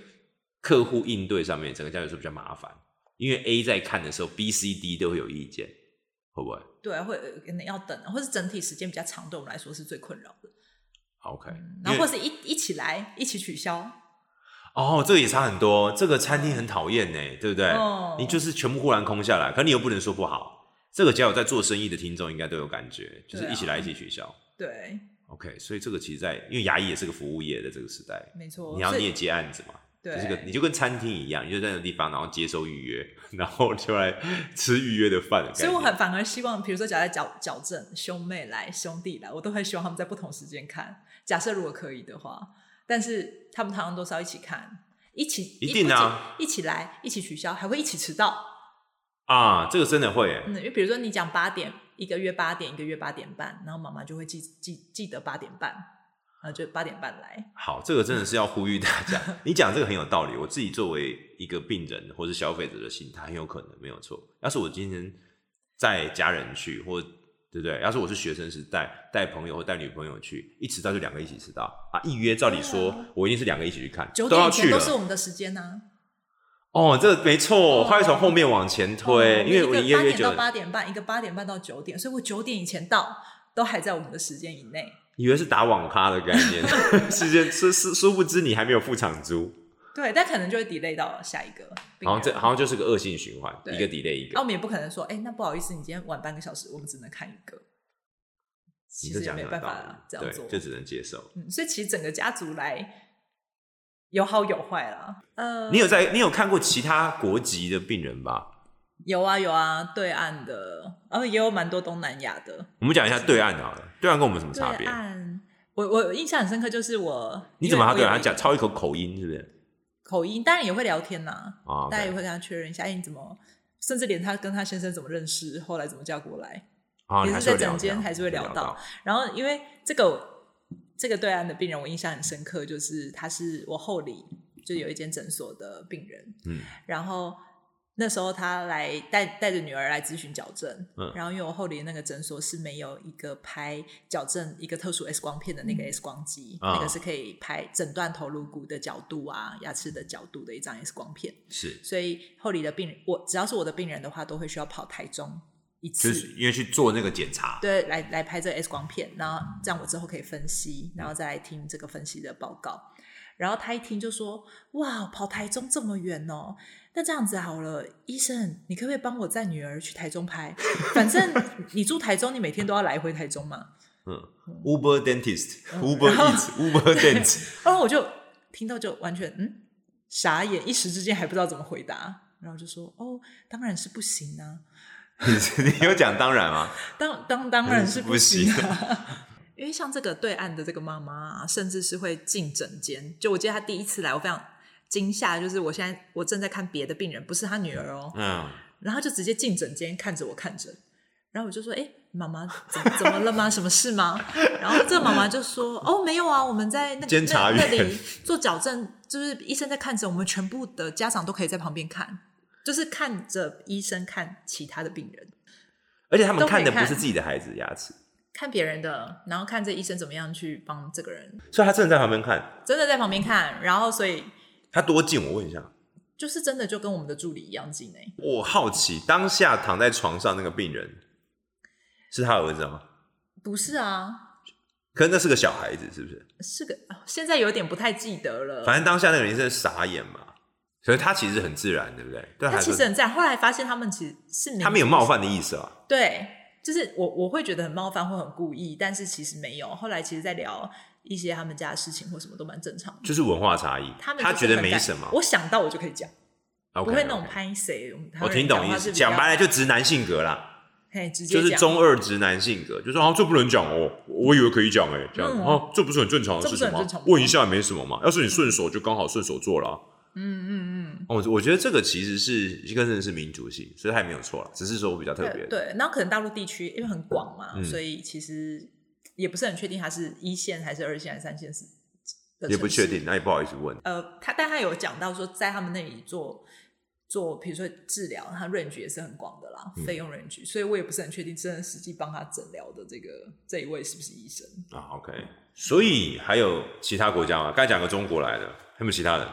Speaker 3: 客户应对上面，整个交流是比较麻烦，因为 A 在看的时候，B、C、D 都会有意见，会不会
Speaker 2: 对啊，会呃可能要等啊，或是整体时间比较长，对我们来说是最困扰的。
Speaker 3: ？OK，、
Speaker 2: 嗯
Speaker 3: 因
Speaker 2: 然
Speaker 3: 为
Speaker 2: 后或是一一起来，一起取消，
Speaker 3: 哦，这个也差很多。这个餐厅很讨厌呢，对不对？
Speaker 2: 哦
Speaker 3: 你就是全部忽然空下来，可你又不能说不好。这个只要有在做生意的听众应该都有感觉，就是
Speaker 2: 对啊
Speaker 3: 一起来一起取消。
Speaker 2: 对，
Speaker 3: OK，所以这个其实在，因为牙医也是个服务业的这个时代，
Speaker 2: 没错。
Speaker 3: 你要
Speaker 2: 哦所以
Speaker 3: 你也接案子嘛，
Speaker 2: 对
Speaker 3: 就是个你就跟餐厅一样，你就在那个地方，然后接收预约，然后就来 吃预约的饭的概
Speaker 2: 所
Speaker 3: 念
Speaker 2: 以我很反而希望，比如说，假如矫矫正兄妹来、兄弟来，我都会希望他们在不同时间看。假设如果可以的话，但是他们常常都是要一起看，一起
Speaker 3: 一定啊
Speaker 2: 一，一起来，一起取消，还会一起迟到。
Speaker 3: 啊，这个真的会耶，
Speaker 2: 嗯，因为比如说你讲八点，一个月八点，一个月八点半，然后妈妈就会记记记得八点半，然后就八点半来。
Speaker 3: 好，这个真的是要呼吁大家， 你讲这个很有道理。我自己作为一个病人或是消费者的心态，很有可能没有错。要是我今天带家人去，或对不对？要是我是学生时代带朋友或带女朋友去，一迟到就两个一起迟到啊！一约照理说，
Speaker 2: 对啊
Speaker 3: 我一定是两个一起去看，
Speaker 2: 九
Speaker 3: 都
Speaker 2: 点
Speaker 3: 要
Speaker 2: 以前
Speaker 3: 去
Speaker 2: 都
Speaker 3: 了。
Speaker 2: 是我们的时间呐、
Speaker 3: 哦，这个没错，
Speaker 2: 哦
Speaker 3: 他会从后面往前推，
Speaker 2: 哦
Speaker 3: 因为我
Speaker 2: 一
Speaker 3: 约
Speaker 2: 个八
Speaker 3: 约
Speaker 2: 点
Speaker 3: 九
Speaker 2: 到，八点半，一个八点半到九点，所以我九点以前到，都还在我们的时间以内。
Speaker 3: 以为是打网咖的概 念，时间是是，殊不知你还没有付场租，
Speaker 2: 对，但可能就会 delay 到下一个病人。
Speaker 3: 好像这好像就是个恶性循环，
Speaker 2: 啊对
Speaker 3: 一个 delay 一个
Speaker 2: 那、。我们也不可能说，哎、那不好意思，你今天晚半个小时，我们只能看一个。
Speaker 3: 你
Speaker 2: 其
Speaker 3: 这
Speaker 2: 实也
Speaker 3: 讲
Speaker 2: 没
Speaker 3: 得
Speaker 2: 办
Speaker 3: 到
Speaker 2: 法这样
Speaker 3: 对
Speaker 2: 做，
Speaker 3: 就只能接受。
Speaker 2: 嗯，所以其实整个家族来有好有坏啦。呃，
Speaker 3: 你有在你有看过其他国籍的病人吧？
Speaker 2: 有啊有啊，对岸的，然后也有蛮多东南亚的
Speaker 3: 我们讲一下对岸好了，对岸跟我们有什么
Speaker 2: 对
Speaker 3: 差别？
Speaker 2: 岸。我我印象很深刻，就是我
Speaker 3: 你怎么还要对
Speaker 2: 他
Speaker 3: 他讲操一口口音是不是？
Speaker 2: 口音，当然也会聊天啦，
Speaker 3: 啊，
Speaker 2: 大家也
Speaker 3: OK
Speaker 2: 会跟他确认一下，哎、你怎么，甚至连他跟他先生怎么认识，后来怎么嫁过来，
Speaker 3: 啊，
Speaker 2: 也
Speaker 3: 你
Speaker 2: 是
Speaker 3: 还是会
Speaker 2: 在
Speaker 3: 聊
Speaker 2: 诊间
Speaker 3: 到
Speaker 2: 还是会聊到。然后因为这个这个对岸的病人，我印象很深刻，就是他是我后里就有一间诊所的病人，
Speaker 3: 嗯，
Speaker 2: 然后那时候他来带带着女儿来咨询矫正，
Speaker 3: 嗯
Speaker 2: 然后因为我后里那个诊所是没有一个拍矫正一个特殊 X 光片的那个 X 光机，
Speaker 3: 啊
Speaker 2: 那个是可以拍诊断头颅骨的角度啊、牙齿的角度的一张 X 光片，
Speaker 3: 是，
Speaker 2: 所以后里的病人，我只要是我的病人的话，都会需要跑台中。一次
Speaker 3: 就是因为去做那个检查，
Speaker 2: 对，来来拍这个 X 光片，然后这样我之后可以分析，然后再来听这个分析的报告。然后他一听就说：“哇，跑台中这么远哦，那这样子好了，医生，你可不可以帮我带女儿去台中拍？ 反正你住台中，你每天都要来回台中嘛。
Speaker 3: 嗯，Uber
Speaker 2: 嗯
Speaker 3: dentist，Uber
Speaker 2: 然后
Speaker 3: eats，Uber dent，”
Speaker 2: 然后我就听到就完全嗯傻眼，一时之间还不知道怎么回答。然后就说：“哦，当然是不行啊，
Speaker 3: 你有讲当然吗？
Speaker 2: 当当当然是不行
Speaker 3: 不
Speaker 2: 啊。因为像这个对岸的这个妈妈、啊，甚至是会进诊间。就我记得她第一次来，我非常惊吓，就是我现在我正在看别的病人，不是她女儿哦。
Speaker 3: 嗯，
Speaker 2: 然后就直接进诊间看着我看诊，然后我就说：“哎，妈妈怎么怎么了吗？什么事吗？”然后这个妈妈就说：“哦，没有啊，我们在那个
Speaker 3: 监察
Speaker 2: 那那
Speaker 3: 院
Speaker 2: 里做矫正，就是医生在看诊，我们全部的家长都可以在旁边看，就是看着医生看其他的病人，
Speaker 3: 而且他们
Speaker 2: 都可
Speaker 3: 看
Speaker 2: 以
Speaker 3: 的不
Speaker 2: 看
Speaker 3: 是自己的孩子的牙齿，
Speaker 2: 看别人的，然后看这医生怎么样去帮这个人，
Speaker 3: 所以他真的在旁边看，
Speaker 2: 真的在旁边看，然后所以
Speaker 3: 他多近？我问一下，
Speaker 2: 就是真的就跟我们的助理一样近哎、
Speaker 3: 我好奇当下躺在床上那个病人是他儿子吗？
Speaker 2: 不是啊，
Speaker 3: 可是那是个小孩子，是不是？
Speaker 2: 是个哦现在有点不太记得了，
Speaker 3: 反正当下那个人是傻眼嘛，所以他其实很自然，对不对？但
Speaker 2: 他
Speaker 3: 还
Speaker 2: 其
Speaker 3: 是
Speaker 2: 实很在。后来发现他们其实是
Speaker 3: 他没有冒犯的意思啊。
Speaker 2: 对，就是我我会觉得很冒犯，会很故意，但是其实没有。后来其实，在聊一些他们家的事情或什么，都蛮正常的。
Speaker 3: 就是文化差异，
Speaker 2: 他们
Speaker 3: 他
Speaker 2: 就是
Speaker 3: 觉得
Speaker 2: 很
Speaker 3: 没
Speaker 2: 敢
Speaker 3: 什么，
Speaker 2: 我想到我就可以讲
Speaker 3: OK，
Speaker 2: 不会那种
Speaker 3: OK
Speaker 2: 拍谁。我们台
Speaker 3: 我
Speaker 2: 湾人
Speaker 3: 听懂
Speaker 2: 讲
Speaker 3: 意
Speaker 2: 话
Speaker 3: 思，
Speaker 2: 是比
Speaker 3: 讲
Speaker 2: 较
Speaker 3: 白了就直男性格啦，
Speaker 2: 嘿，直接
Speaker 3: 就是
Speaker 2: 讲哦
Speaker 3: 中二直男性格，就说哦这不能讲哦，我以为可以讲哎，这样、
Speaker 2: 嗯
Speaker 3: 哦这不是很正常的
Speaker 2: 这
Speaker 3: 事
Speaker 2: 不是
Speaker 3: 情
Speaker 2: 很
Speaker 3: 吗
Speaker 2: 正常？吗
Speaker 3: 问一下也没什么嘛，要是你顺手就刚好顺手做了啊、
Speaker 2: 嗯嗯
Speaker 3: 哦，我我觉得这个其实是跟真的是民族性，所以他也没有错了，只是说我比较特别
Speaker 2: 嗯，对。对。然后可能大陆地区因为很广嘛，
Speaker 3: 嗯
Speaker 2: 所以其实也不是很确定他是一线还是二线还是三线是。
Speaker 3: 也不确定，那也不好意思问。
Speaker 2: 呃，他但他有讲到说，在他们那里做做，比如说治疗，他 range 也是很广的啦，
Speaker 3: 嗯
Speaker 2: 费用 range，所以我也不是很确定，真的实际帮他诊疗的这个这一位是不是医生？
Speaker 3: 啊，OK。所以还有其他国家吗？刚才讲个中国来的，还有没有其他人？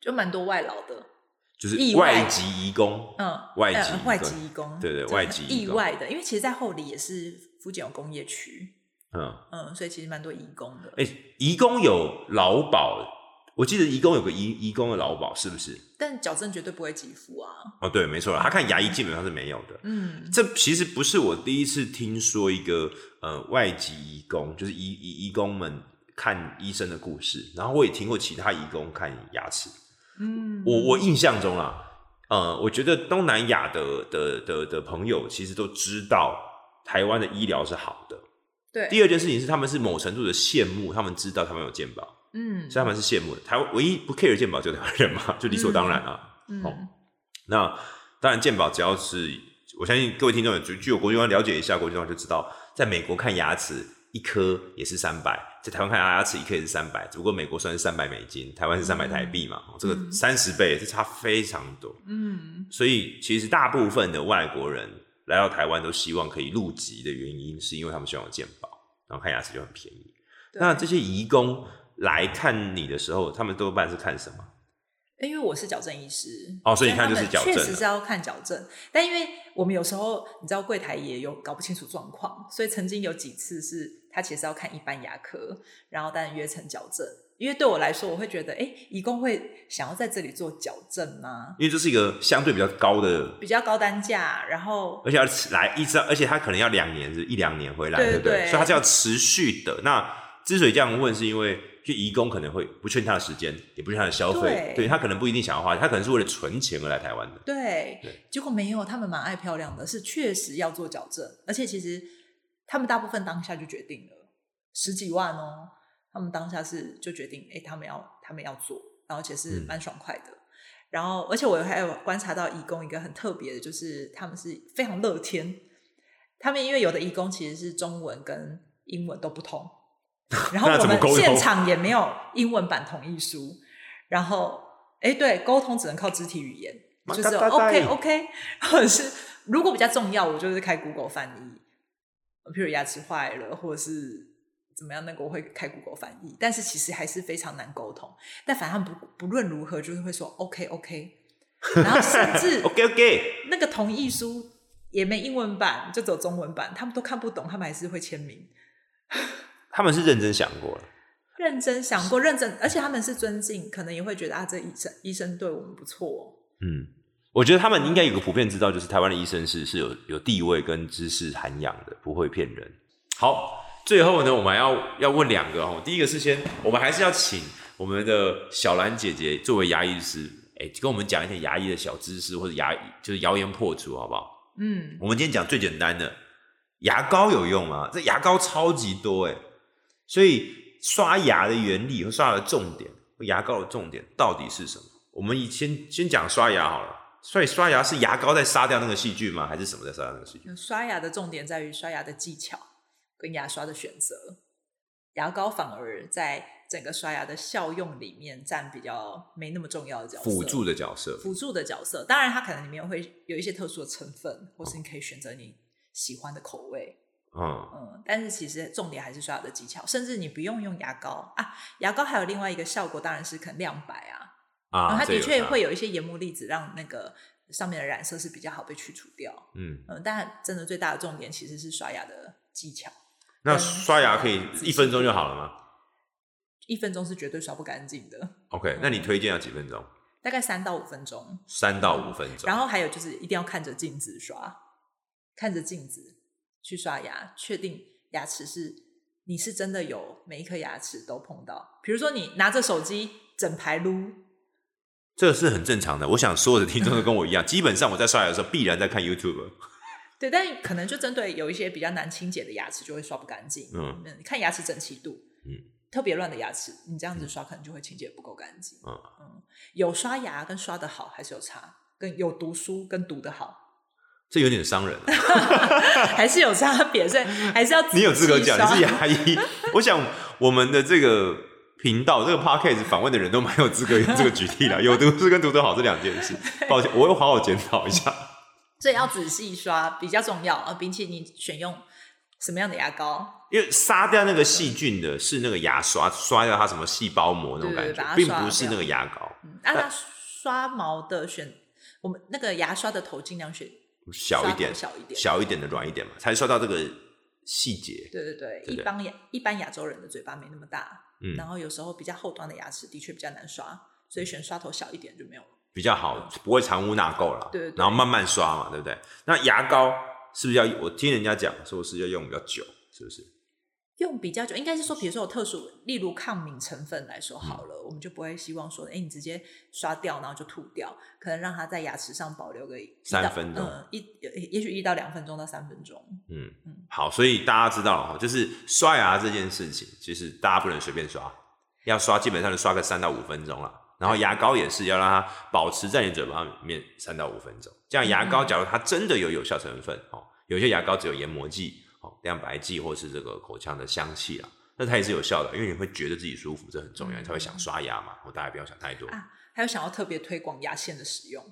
Speaker 2: 就蛮多外劳的，
Speaker 3: 就是
Speaker 2: 意外
Speaker 3: 外籍移工，
Speaker 2: 嗯，
Speaker 3: 外籍
Speaker 2: 呃
Speaker 3: 移工
Speaker 2: 外籍义工，
Speaker 3: 对对
Speaker 2: 这
Speaker 3: 外籍义
Speaker 2: 意
Speaker 3: 工
Speaker 2: 外的，因为其实，在后里也是福建有工业区，
Speaker 3: 嗯，
Speaker 2: 嗯，所以其实蛮多义工的，
Speaker 3: 哎、移工有劳保，我记得移工有个移移工的劳保，是不是？
Speaker 2: 但矫正绝对不会给付啊，
Speaker 3: 哦，对，没错啦，他看牙医基本上是没有的。
Speaker 2: 嗯，
Speaker 3: 这其实不是我第一次听说一个呃外籍移工，就是移移移工们看医生的故事。然后我也听过其他移工看牙齿。
Speaker 2: 嗯
Speaker 3: 我我印象中啦，呃，我觉得东南亚的的的的朋友其实都知道台湾的医疗是好的。
Speaker 2: 对，
Speaker 3: 第二件事情是他们是某程度的羡慕，他们知道他们有健保。
Speaker 2: 嗯
Speaker 3: 所以他们是羡慕的。台湾唯一不 care 健保就是台湾人嘛，就理所当然啊。好
Speaker 2: 嗯，
Speaker 3: 那当然，健保只要是我相信各位听众有具具有国际观了解一下国际观就知道，在美国看牙齿一颗也是三百，在台湾看牙齿一颗也是三百，只不过美国算是三百美金，台湾是三百台币嘛，哦这个三十倍，这差非常多。
Speaker 2: 嗯
Speaker 3: 所以其实大部分的外国人来到台湾都希望可以入籍的原因，是因为他们希望有健保，然后看牙齿就很便宜。
Speaker 2: 对
Speaker 3: 那这些移工来看你的时候，他们多半是看什么？
Speaker 2: 因为我是矫正医师
Speaker 3: 哦所以你看
Speaker 2: 他们
Speaker 3: 就是矫正了
Speaker 2: 确实是要看矫正。但因为我们有时候你知道柜台也有搞不清楚状况，所以曾经有几次是他其实要看一般牙科，然后但约成矫正。因为对我来说，我会觉得，哎，义工会想要在这里做矫正吗？
Speaker 3: 因为这是一个相对比较高的，
Speaker 2: 比较高单价，然后
Speaker 3: 而且要来一直，而且他可能要两年是一两年回来，
Speaker 2: 对
Speaker 3: 对不
Speaker 2: 对
Speaker 3: 所以他是要持续的。那之所以这样问，是因为就移工可能会不确定他的时间，也不确定他的消费，
Speaker 2: 对
Speaker 3: 对他可能不一定想要花，他可能是为了存钱而来台湾的。
Speaker 2: 对，
Speaker 3: 对
Speaker 2: 结果没有，他们蛮爱漂亮的，是确实要做矫正，而且其实他们大部分当下就决定了十几万哦，他们当下是就决定，哎，他们要他们要做，然后而且是
Speaker 3: 嗯
Speaker 2: 蛮爽快的。然后，而且我还有观察到义工一个很特别的，就是他们是非常乐天。他们因为有的义工其实是中文跟英文都不通，然后
Speaker 3: 那
Speaker 2: 我
Speaker 3: 怎么
Speaker 2: 们
Speaker 3: 沟通
Speaker 2: 现场也没有英文版同意书，然后哎，对，沟通只能靠肢体语言，
Speaker 3: 嘛
Speaker 2: 就是
Speaker 3: 嘎嘎嘎
Speaker 2: OK OK，或者 是如果比较重要，我就是开 Google 翻译，譬如牙齿坏了，或者是怎么样，那个我会开 Google 翻译，但是其实还是非常难沟通。但反正他们不不论如何，就是会说 OK OK，然后甚至
Speaker 3: OK OK，
Speaker 2: 那个同意书也没英文版，就只有中文版，他们都看不懂，他们还是会签名。
Speaker 3: 他们是认真想过了。
Speaker 2: 认真想过，认真，而且他们是尊敬，可能也会觉得啊，这医生医生对我们不错、哦。
Speaker 3: 嗯，我觉得他们应该有个普遍知道，就是台湾的医生是是有有地位跟知识涵养的，不会骗人。好，最后呢，我们还要要问两个哦。第一个是先，我们还是要请我们的小兰姐姐作为牙医师，哎、跟我们讲一些牙医的小知识或者牙就是谣言破除，好不好？
Speaker 2: 嗯，
Speaker 3: 我们今天讲最简单的，牙膏有用吗？这牙膏超级多哎、所以刷牙的原理和刷牙的重点，牙膏的重点到底是什么？我们以先先讲刷牙好了。所以刷牙是牙膏在杀掉那个细菌吗？还是什么在杀掉那个细菌？
Speaker 2: 刷牙的重点在于刷牙的技巧跟牙刷的选择，牙膏反而在整个刷牙的效用里面占比较没那么重要的角色，
Speaker 3: 辅助的角色，
Speaker 2: 辅助的角色。当然，它可能里面会有一些特殊的成分，或是你可以选择你喜欢的口味。
Speaker 3: 嗯，
Speaker 2: 嗯，但是其实重点还是刷牙的技巧，甚至你不用用牙膏啊，牙膏还有另外一个效果，当然是可能亮白啊，然
Speaker 3: 啊，
Speaker 2: 后它
Speaker 3: 这
Speaker 2: 的
Speaker 3: 有
Speaker 2: 确
Speaker 3: 差
Speaker 2: 会，有一些研磨粒子让那个上面的染色是比较好被去除掉。
Speaker 3: 嗯，
Speaker 2: 嗯，但真的最大的重点其实是刷牙的技巧。
Speaker 3: 那
Speaker 2: 跟
Speaker 3: 刷牙可以
Speaker 2: 自己
Speaker 3: 一分钟就好了吗
Speaker 2: 一分钟是绝对刷不干净的，
Speaker 3: ？OK，那你推荐要几分钟？
Speaker 2: 大概三到五分钟。
Speaker 3: 三到五分钟
Speaker 2: 然。后还有就是一定要看着镜子刷，看着镜子去刷牙，确定牙齿是你是真的有每一颗牙齿都碰到。比如说你拿着手机整排撸，
Speaker 3: 这是很正常的。我想所有的听众都跟我一样，基本上我在刷牙的时候必然在看 YouTube。
Speaker 2: 对，但可能就针对有一些比较难清洁的牙齿就会刷不干净。
Speaker 3: 嗯
Speaker 2: 嗯，看牙齿整齐度。
Speaker 3: 嗯，
Speaker 2: 特别乱的牙齿，你这样子刷可能就会清洁不够干净。
Speaker 3: 嗯
Speaker 2: 嗯，有刷牙跟刷的好还是有差，跟有读书跟读的好
Speaker 3: 这有点伤人、啊。
Speaker 2: 还是有差别，所以还是要仔细
Speaker 3: 你有资格讲你是牙
Speaker 2: 刷
Speaker 3: 医？我想我们的这个频道这个 podcast 访问的人都蛮有资格用这个举例了。有读书跟读得好这两件事，抱歉，我要好好检讨一下。
Speaker 2: 所以要仔细刷比较重要啊，并且你选用什么样的牙膏，
Speaker 3: 因为杀掉那个细菌的是那个牙刷，刷掉它什么细胞膜那种感
Speaker 2: 对把
Speaker 3: 觉，
Speaker 2: 它
Speaker 3: 并
Speaker 2: 刷
Speaker 3: 不是
Speaker 2: 掉
Speaker 3: 那个牙膏。
Speaker 2: 嗯，啊，那刷毛的选我们那个牙刷的头尽量选，
Speaker 3: 小一点，
Speaker 2: 刷头小一点
Speaker 3: 小一点的软一点嘛，才刷到这个细节。
Speaker 2: 对对对，
Speaker 3: 对
Speaker 2: 一般牙一般亚洲人的嘴巴没那么大，
Speaker 3: 嗯
Speaker 2: 然后有时候比较后端的牙齿的确比较难刷，所以选刷头小一点就没有了。
Speaker 3: 比较好，不会藏污纳垢啦。
Speaker 2: 对对对
Speaker 3: 然后慢慢刷嘛，对不对？那牙膏是不是要？我听人家讲说是要用比较久，是不是？
Speaker 2: 用比较久，应该是说，比如说有特殊，例如抗敏成分来说好
Speaker 3: 嗯
Speaker 2: 了，我们就不会希望说，哎、你直接刷掉然后就吐掉，可能让它在牙齿上保留个一
Speaker 3: 三
Speaker 2: 到
Speaker 3: 分钟
Speaker 2: 嗯，一也许一到两分钟到三分钟，
Speaker 3: 嗯
Speaker 2: 嗯
Speaker 3: 好，所以大家知道了哈，就是刷牙这件事情，其实大家不能随便刷，要刷基本上就刷个三到五分钟啦。然后牙膏也是要让它保持在你嘴巴里面三到五分钟，这样牙膏
Speaker 2: 嗯
Speaker 3: 假如它真的有有效成分哦，有些牙膏只有研磨剂、哦亮白剂或是这个口腔的香气啦，那它也是有效的，因为你会觉得自己舒服，这很重要，你才会想刷牙嘛。哦，大家不要想太多。
Speaker 2: 嗯啊还有想要特别推广牙线的使用，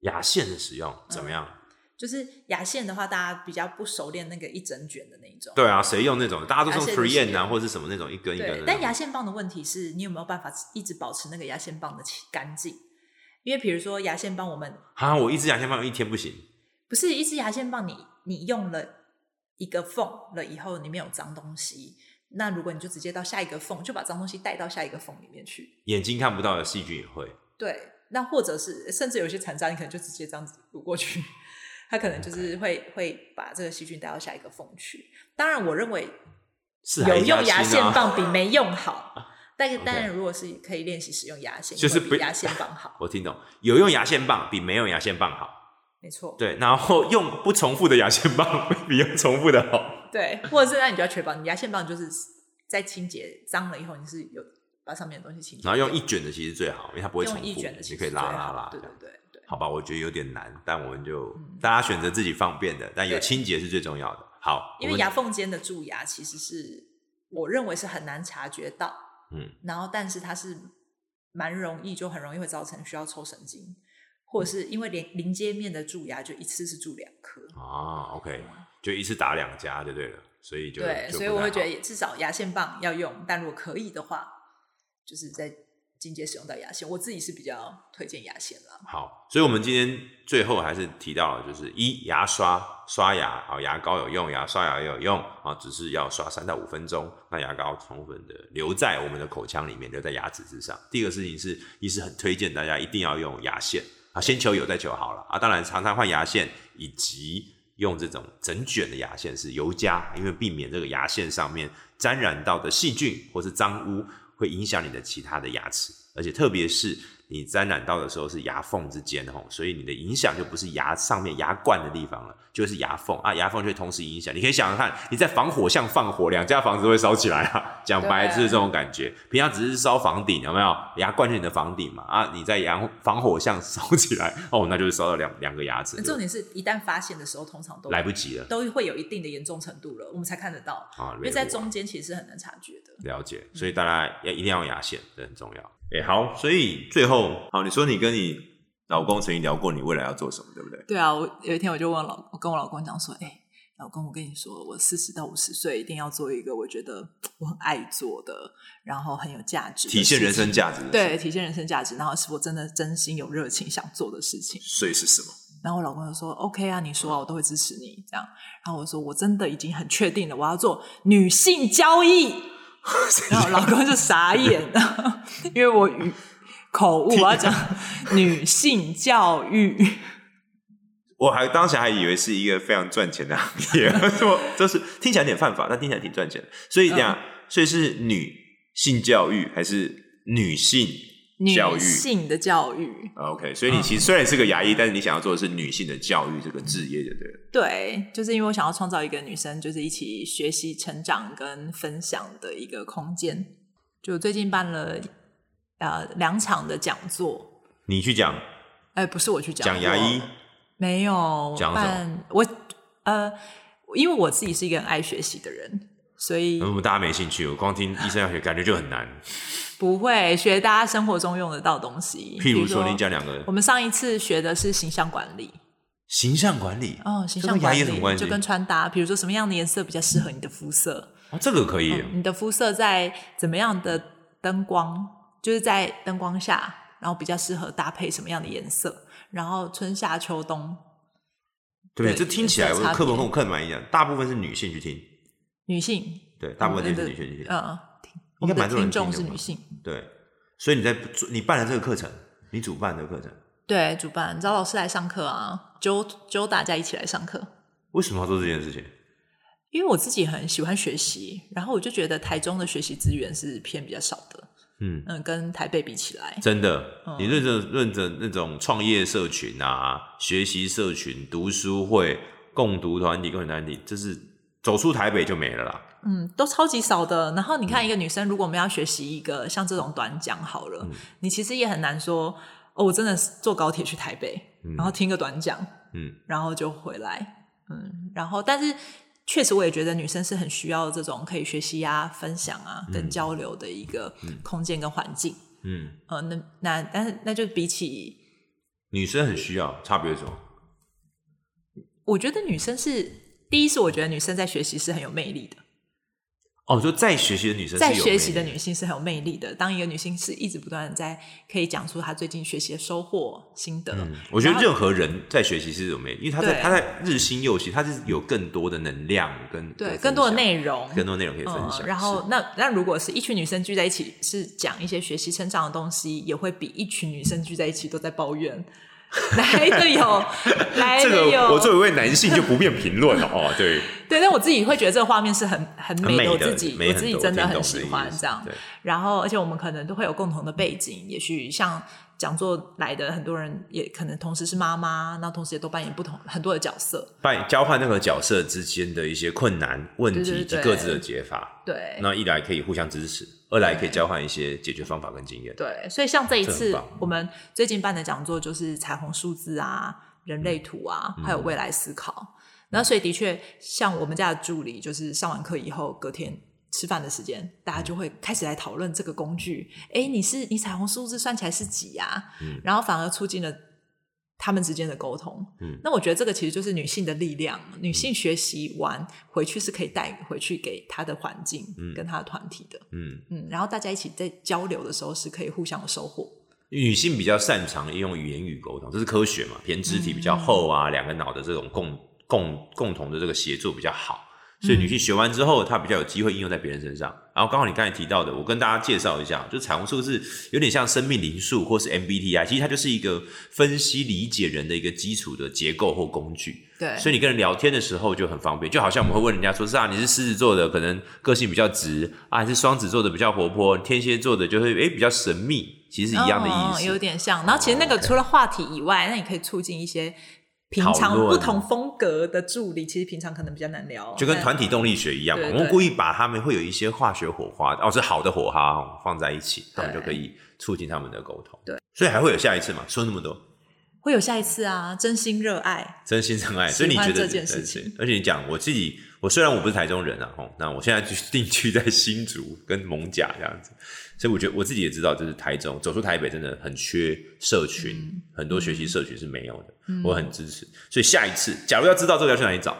Speaker 3: 牙线的使用怎
Speaker 2: 嗯
Speaker 3: 么样？
Speaker 2: 就是牙线的话，大家比较不熟练那个一整卷的那一种，
Speaker 3: 对啊，谁用那种？大家都是
Speaker 2: 牙
Speaker 3: 用
Speaker 2: 线的使
Speaker 3: Free
Speaker 2: 用
Speaker 3: N 啊，或是什么那种一根啊一根的
Speaker 2: 对
Speaker 3: 那种。
Speaker 2: 但牙线棒的问题是你有没有办法一直保持那个牙线棒的清干净？因为比如说牙线棒，我们
Speaker 3: 啊，我一支牙线棒用一天不行。
Speaker 2: 不是一支牙线棒你，你用了一个缝了以后，里面有脏东西。那如果你就直接到下一个缝，就把脏东西带到下一个缝里面去。
Speaker 3: 眼睛看不到的细菌也会。
Speaker 2: 对，那或者是甚至有些残渣，你可能就直接这样子撸过去， 它可能就是会会把这个细菌带到下一个缝去。当然，我认为
Speaker 3: 是还
Speaker 2: 有
Speaker 3: 是
Speaker 2: 用牙
Speaker 3: 新
Speaker 2: 线
Speaker 3: 啊，
Speaker 2: 棒比没用好，但是
Speaker 3: OK
Speaker 2: 当然，如果是可以练习使用牙线，
Speaker 3: 就是
Speaker 2: 会
Speaker 3: 不
Speaker 2: 比牙线棒好，
Speaker 3: 我听懂，有用牙线棒比没用牙线棒好。
Speaker 2: 没错。
Speaker 3: 对，然后用不重复的牙线棒 比用重复的好。
Speaker 2: 对，或者是那你就要确保你牙线棒就是在清洁脏了以后，你是有把上面的东西清洁
Speaker 3: 然
Speaker 2: 掉，
Speaker 3: 后用一卷的其实最好，因为它不会重复，
Speaker 2: 用一卷的其
Speaker 3: 你
Speaker 2: 实
Speaker 3: 可以
Speaker 2: 最
Speaker 3: 拉
Speaker 2: 好，
Speaker 3: 拉拉。
Speaker 2: 对
Speaker 3: 这
Speaker 2: 对
Speaker 3: 样
Speaker 2: 对对。
Speaker 3: 好吧，我觉得有点难，但我们就、
Speaker 2: 嗯
Speaker 3: 大家选择自己方便的，但有
Speaker 2: 对
Speaker 3: 清洁是最重要的。好，
Speaker 2: 因
Speaker 3: 我
Speaker 2: 为
Speaker 3: 们
Speaker 2: 牙缝间的蛀牙其实是我认为是很难察觉到，
Speaker 3: 嗯，
Speaker 2: 然后但是它是蛮容易，就很容易会造成需要抽神经，或者是因为连临接面的蛀牙就一次是蛀两颗，
Speaker 3: 啊，OK，就一次打两家就对了，所以就
Speaker 2: 嗯对，
Speaker 3: 就
Speaker 2: 所以
Speaker 3: 不
Speaker 2: 我
Speaker 3: 太
Speaker 2: 会觉
Speaker 3: 好
Speaker 2: 得至少牙线棒要用，但如果可以的话，就是在进阶使用到牙线，我自己是比较推荐牙线啦。
Speaker 3: 好，所以我们今天最后还是提到了，就是一牙刷刷牙啊，牙膏有用，牙刷牙也有用啊，只是要刷三到五分钟，那牙膏充分的留在我们的口腔里面，留在牙齿之上。第一个事情是，医师很推荐大家一定要用牙线啊，先求有再求好了啊，当然常常换牙线以及。用这种整卷的牙线是尤加，因为避免这个牙线上面沾染到的细菌或是脏污会影响你的其他的牙齿，而且特别是你沾染到的时候是牙缝之间吼，所以你的影响就不是牙上面牙冠的地方了，就是牙缝啊，牙缝就会同时影响。你可以想想看，你在防火巷放火，两家房子会烧起来啊。讲白就是这种感觉，平常只是烧房顶，有没有？牙冠是你的房顶嘛啊，你在牙防火巷 烧起来，哦，那就是烧到两两个牙齿，
Speaker 2: 重点是一旦发现的时候，通常都
Speaker 3: 来不及了。
Speaker 2: 都会有一定的严重程度了，我们才看得到，
Speaker 3: 啊，
Speaker 2: 因为在嗯中间其实很难察觉的。
Speaker 3: 了解，所以大家要一定要用牙线，这很重要。哎、好，所以最后
Speaker 1: 好，你说你跟你老公曾经聊过你未来要做什么，对不对？
Speaker 2: 对啊，我有一天我就问老，我跟我老公讲说，哎、老公，我跟你说，我四十到五十岁一定要做一个我觉得我很爱做的，然后很有价值的
Speaker 1: 体现
Speaker 2: 事
Speaker 1: 人生
Speaker 2: 情，
Speaker 1: 价值，，
Speaker 2: 对，体现人生价值，然后是我真的真心有热情想做的事情。
Speaker 1: 所以是什么？
Speaker 2: 然后我老公就说 OK 啊，你说啊，我都会支持你这样。然后我说我真的已经很确定了，我要做女性交易。然后我老公就傻眼了， 因为我语口误，我 要讲女性教育。
Speaker 1: 我还当时还以为是一个非常赚钱的行 业，说这是听起来有点犯法，但听起来挺赚钱的。所以这样，
Speaker 2: 嗯
Speaker 1: 所以是女性教育还是女性
Speaker 2: 女
Speaker 1: 教育？
Speaker 2: 性嗯的教育，
Speaker 1: 啊 OK，所以你其实虽然是个牙医，但是你想要做的是女性的教育这个职业，对不对了？
Speaker 2: 对，就是因为我想要创造一个女生就是一起学习、成长跟分享的一个空间。就最近办了呃两场的讲座，
Speaker 3: 你去讲
Speaker 2: 哎、不是我去讲
Speaker 3: 讲牙医，
Speaker 2: 没有
Speaker 3: 讲什么
Speaker 2: 办我呃，因为我自己是一个很爱学习的人，所以
Speaker 3: 嗯，大家没兴趣，我光听医生要学，感觉就很 难。
Speaker 2: 不会学大家生活中用得到东西。
Speaker 3: 譬如
Speaker 2: 说，
Speaker 3: 说，你讲两个
Speaker 2: 我们上一次学的是形象管理，
Speaker 3: 形象管理，
Speaker 2: 哦，形
Speaker 3: 这
Speaker 2: 象
Speaker 3: 跟牙
Speaker 2: 管
Speaker 3: 医有什么
Speaker 2: 理
Speaker 3: 关系
Speaker 2: 就？跟穿搭，比如说什么样的颜色比较适合你的肤色，
Speaker 3: 哦，这个可以，
Speaker 2: 嗯你的肤色在怎么样的灯光，就是在灯光下，然后比较适合搭配什么样的颜色，然后春夏秋冬
Speaker 3: 对，
Speaker 2: 对
Speaker 3: 这听起来
Speaker 2: 有
Speaker 3: 我
Speaker 2: 差别
Speaker 3: 课本跟我课本蛮一样，大部分是女性去听，
Speaker 2: 女性，
Speaker 3: 对，大部分
Speaker 2: 我们
Speaker 3: 都
Speaker 2: 的
Speaker 3: 是女性去听，
Speaker 2: 嗯，听
Speaker 3: 应
Speaker 2: 我
Speaker 3: 该
Speaker 2: 们
Speaker 3: 蛮
Speaker 2: 的
Speaker 3: 多人听
Speaker 2: 听众
Speaker 3: 的
Speaker 2: 是
Speaker 3: 吧
Speaker 2: 女性。
Speaker 3: 对，所以你在做你办了这个课程，你主办的课程，
Speaker 2: 对，主办找老师来上课啊，揪揪大家一起来上课。
Speaker 3: 为什么要做这件事情？
Speaker 2: 因为我自己很喜欢学习，然后我就觉得台中的学习资源是偏比较少的，
Speaker 3: 嗯，
Speaker 2: 嗯，跟台北比起来，
Speaker 3: 真的，
Speaker 2: 嗯
Speaker 3: 你认真认真那种创业社群啊、学习社群、读书会、共读团体、共读团体，这是走出台北就没了啦。
Speaker 2: 嗯，都超级少的。然后你看，一个女生，如果我们要学习一个像这种短讲好了，你其实也很难说，哦，我真的是坐高铁去台北，然后听个短讲，
Speaker 3: 嗯，
Speaker 2: 然后就回来，嗯，然后但是确实我也觉得女生是很需要这种可以学习啊、分享啊、跟交流的一个空间跟环境。
Speaker 3: 嗯，
Speaker 2: 呃，那那但是那就比起，
Speaker 3: 女生很需要，差别是什么？
Speaker 2: 我觉得女生是第一是我觉得女生在学习是很有魅力的，
Speaker 3: 哦，就在学习的女生是有
Speaker 2: 在
Speaker 3: 魅力，
Speaker 2: 学习的女性是很有魅力的。当一个女性是一直不断的在可以讲出她最近学习的收获、心得，
Speaker 3: 嗯，我觉得
Speaker 2: 然后
Speaker 3: 任何人在学习是有魅力，因为他在
Speaker 2: 对
Speaker 3: 他在日新又新，他是有更多的能量跟
Speaker 2: 对
Speaker 3: 跟
Speaker 2: 更多的
Speaker 3: 分享
Speaker 2: 内容，
Speaker 3: 更多内容可以分享。
Speaker 2: 嗯、然后那那如果是一群女生聚在一起，是讲一些学习成长的东西，也会比一群女生聚在一起都在抱怨， 来的有，来
Speaker 3: 是这
Speaker 2: 的
Speaker 3: 个
Speaker 2: 有，
Speaker 3: 我作为一位男性就不便评论了哦， 对，
Speaker 2: 对，但我自己会觉得这个画面是很很
Speaker 3: 很
Speaker 2: 美
Speaker 3: 美
Speaker 2: 的，
Speaker 3: 的，
Speaker 2: 我自己
Speaker 3: 美
Speaker 2: 我
Speaker 3: 很
Speaker 2: 自己
Speaker 3: 多
Speaker 2: 真的
Speaker 3: 听懂的
Speaker 2: 很喜
Speaker 3: 意
Speaker 2: 欢
Speaker 3: 思
Speaker 2: 这样。
Speaker 3: 对
Speaker 2: 然后，而且我们可能都会有共同的背景，也许像讲座来的很多人，也可能同时是妈妈，那同时也都扮演不同很多的角色。
Speaker 3: 扮交换那个角色之间的一些困难问题
Speaker 2: 对对
Speaker 3: 及
Speaker 2: 对
Speaker 3: 各自的解法。
Speaker 2: 对
Speaker 3: 那一来可以互相支持，二来可以交换一些解决方法跟经验。
Speaker 2: 对，所以像这一
Speaker 3: 这很
Speaker 2: 次
Speaker 3: 棒
Speaker 2: 我们最近办的讲座就是彩虹数字啊、人类图啊，
Speaker 3: 嗯
Speaker 2: 还有未来思考。那所以的确，像我们家的助理，就是上完课以后，隔天吃饭的时间，大家就
Speaker 3: 嗯
Speaker 2: 会开始来讨论这个工具。哎，你是你彩虹数字算起来是几呀、然后反而促进了他们之间的沟通。
Speaker 3: 嗯
Speaker 2: 那我觉得这个其实就是女性的力量，女性学习完回去是可以带回去给她的环境
Speaker 3: 嗯
Speaker 2: 跟她的团体的。
Speaker 3: 嗯，
Speaker 2: 嗯，然后大家一起在交流的时候是可以互相有收获。
Speaker 3: 女性比较擅长用语言与沟通，这是科学嘛？偏肢体比较厚啊，两个脑的这种共共共同的这个协作比较好，所以女性学完之后，她比较有机会应用在别人身上。然后刚好你刚才提到的，我跟大家介绍一下，就彩虹数字有点像生命灵数或是 MBTI，其实它就是一个分析理解人的一个基础的结构或工具。
Speaker 2: 对
Speaker 3: 所以你跟人聊天的时候就很方便，就好像我们会问人家说：“是啊，你是狮子座的，可能个性比较直啊，还是双子座的比较活泼，天蝎座的就会诶比较神秘。”其实是一样的
Speaker 2: 嗯
Speaker 3: 意
Speaker 2: 嗯
Speaker 3: 思。哦
Speaker 2: 有点像。然后其实那个除了话题以外，那你可以促进一些平
Speaker 3: 讨
Speaker 2: 常
Speaker 3: 论
Speaker 2: 不同风格的助理，其实平常可能比较难聊，
Speaker 3: 就跟
Speaker 2: 但
Speaker 3: 团体动力学一样嘛，
Speaker 2: 对
Speaker 3: 我
Speaker 2: 对
Speaker 3: 们故意把他们会有一些化学火花，哦，是好的火花哦放在一起，他们就可以促进他们的沟通。
Speaker 2: 对，
Speaker 3: 所以还会有下一次嘛？说那么多，
Speaker 2: 会有下一次啊，真心热爱，
Speaker 3: 真心真爱。
Speaker 2: 喜
Speaker 3: 所以你觉
Speaker 2: 欢
Speaker 3: 得
Speaker 2: 这件事
Speaker 3: 对
Speaker 2: 情
Speaker 3: 对而且你讲我自己，我虽然我不是台中人啊，吼，那我现在去定居在新竹跟蒙甲这样子，所以我觉得我自己也知道，就是台中走出台北真的很缺社群，
Speaker 2: 嗯
Speaker 3: 很多学习社群是没有的，我很支持。所以下一次，假如要知道这个要去哪里找，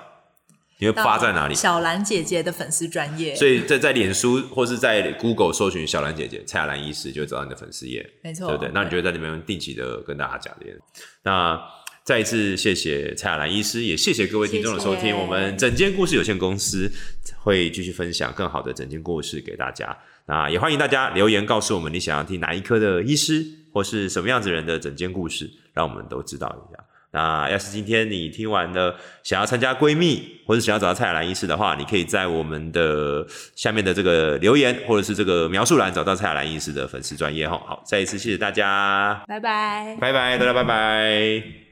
Speaker 3: 你会发在哪里？
Speaker 2: 小兰姐姐的粉丝专业，
Speaker 3: 所以在在脸书或是在 Google 搜寻小兰姐姐蔡雅兰医师，就会找到你的粉丝页，
Speaker 2: 没错，
Speaker 3: 对不对？那你就会在那边定期的跟大家讲这些。那再一次谢谢蔡雅兰医师，也谢谢各位听众的收听。
Speaker 2: 谢谢
Speaker 3: 我们整间故事有限公司会继续分享更好的整间故事给大家。那也欢迎大家留言告诉我们你想要听哪一科的医师，或是什么样子人的整间故事，让我们都知道一下。那要是今天你听完了，想要参加闺蜜，或者想要找到蔡雅兰医师的话，你可以在我们的下面的这个留言，或者是这个描述栏找到蔡雅兰医师的粉丝专业哈。好，再一次谢谢大家，
Speaker 2: 拜拜。
Speaker 3: 拜拜，大家拜拜。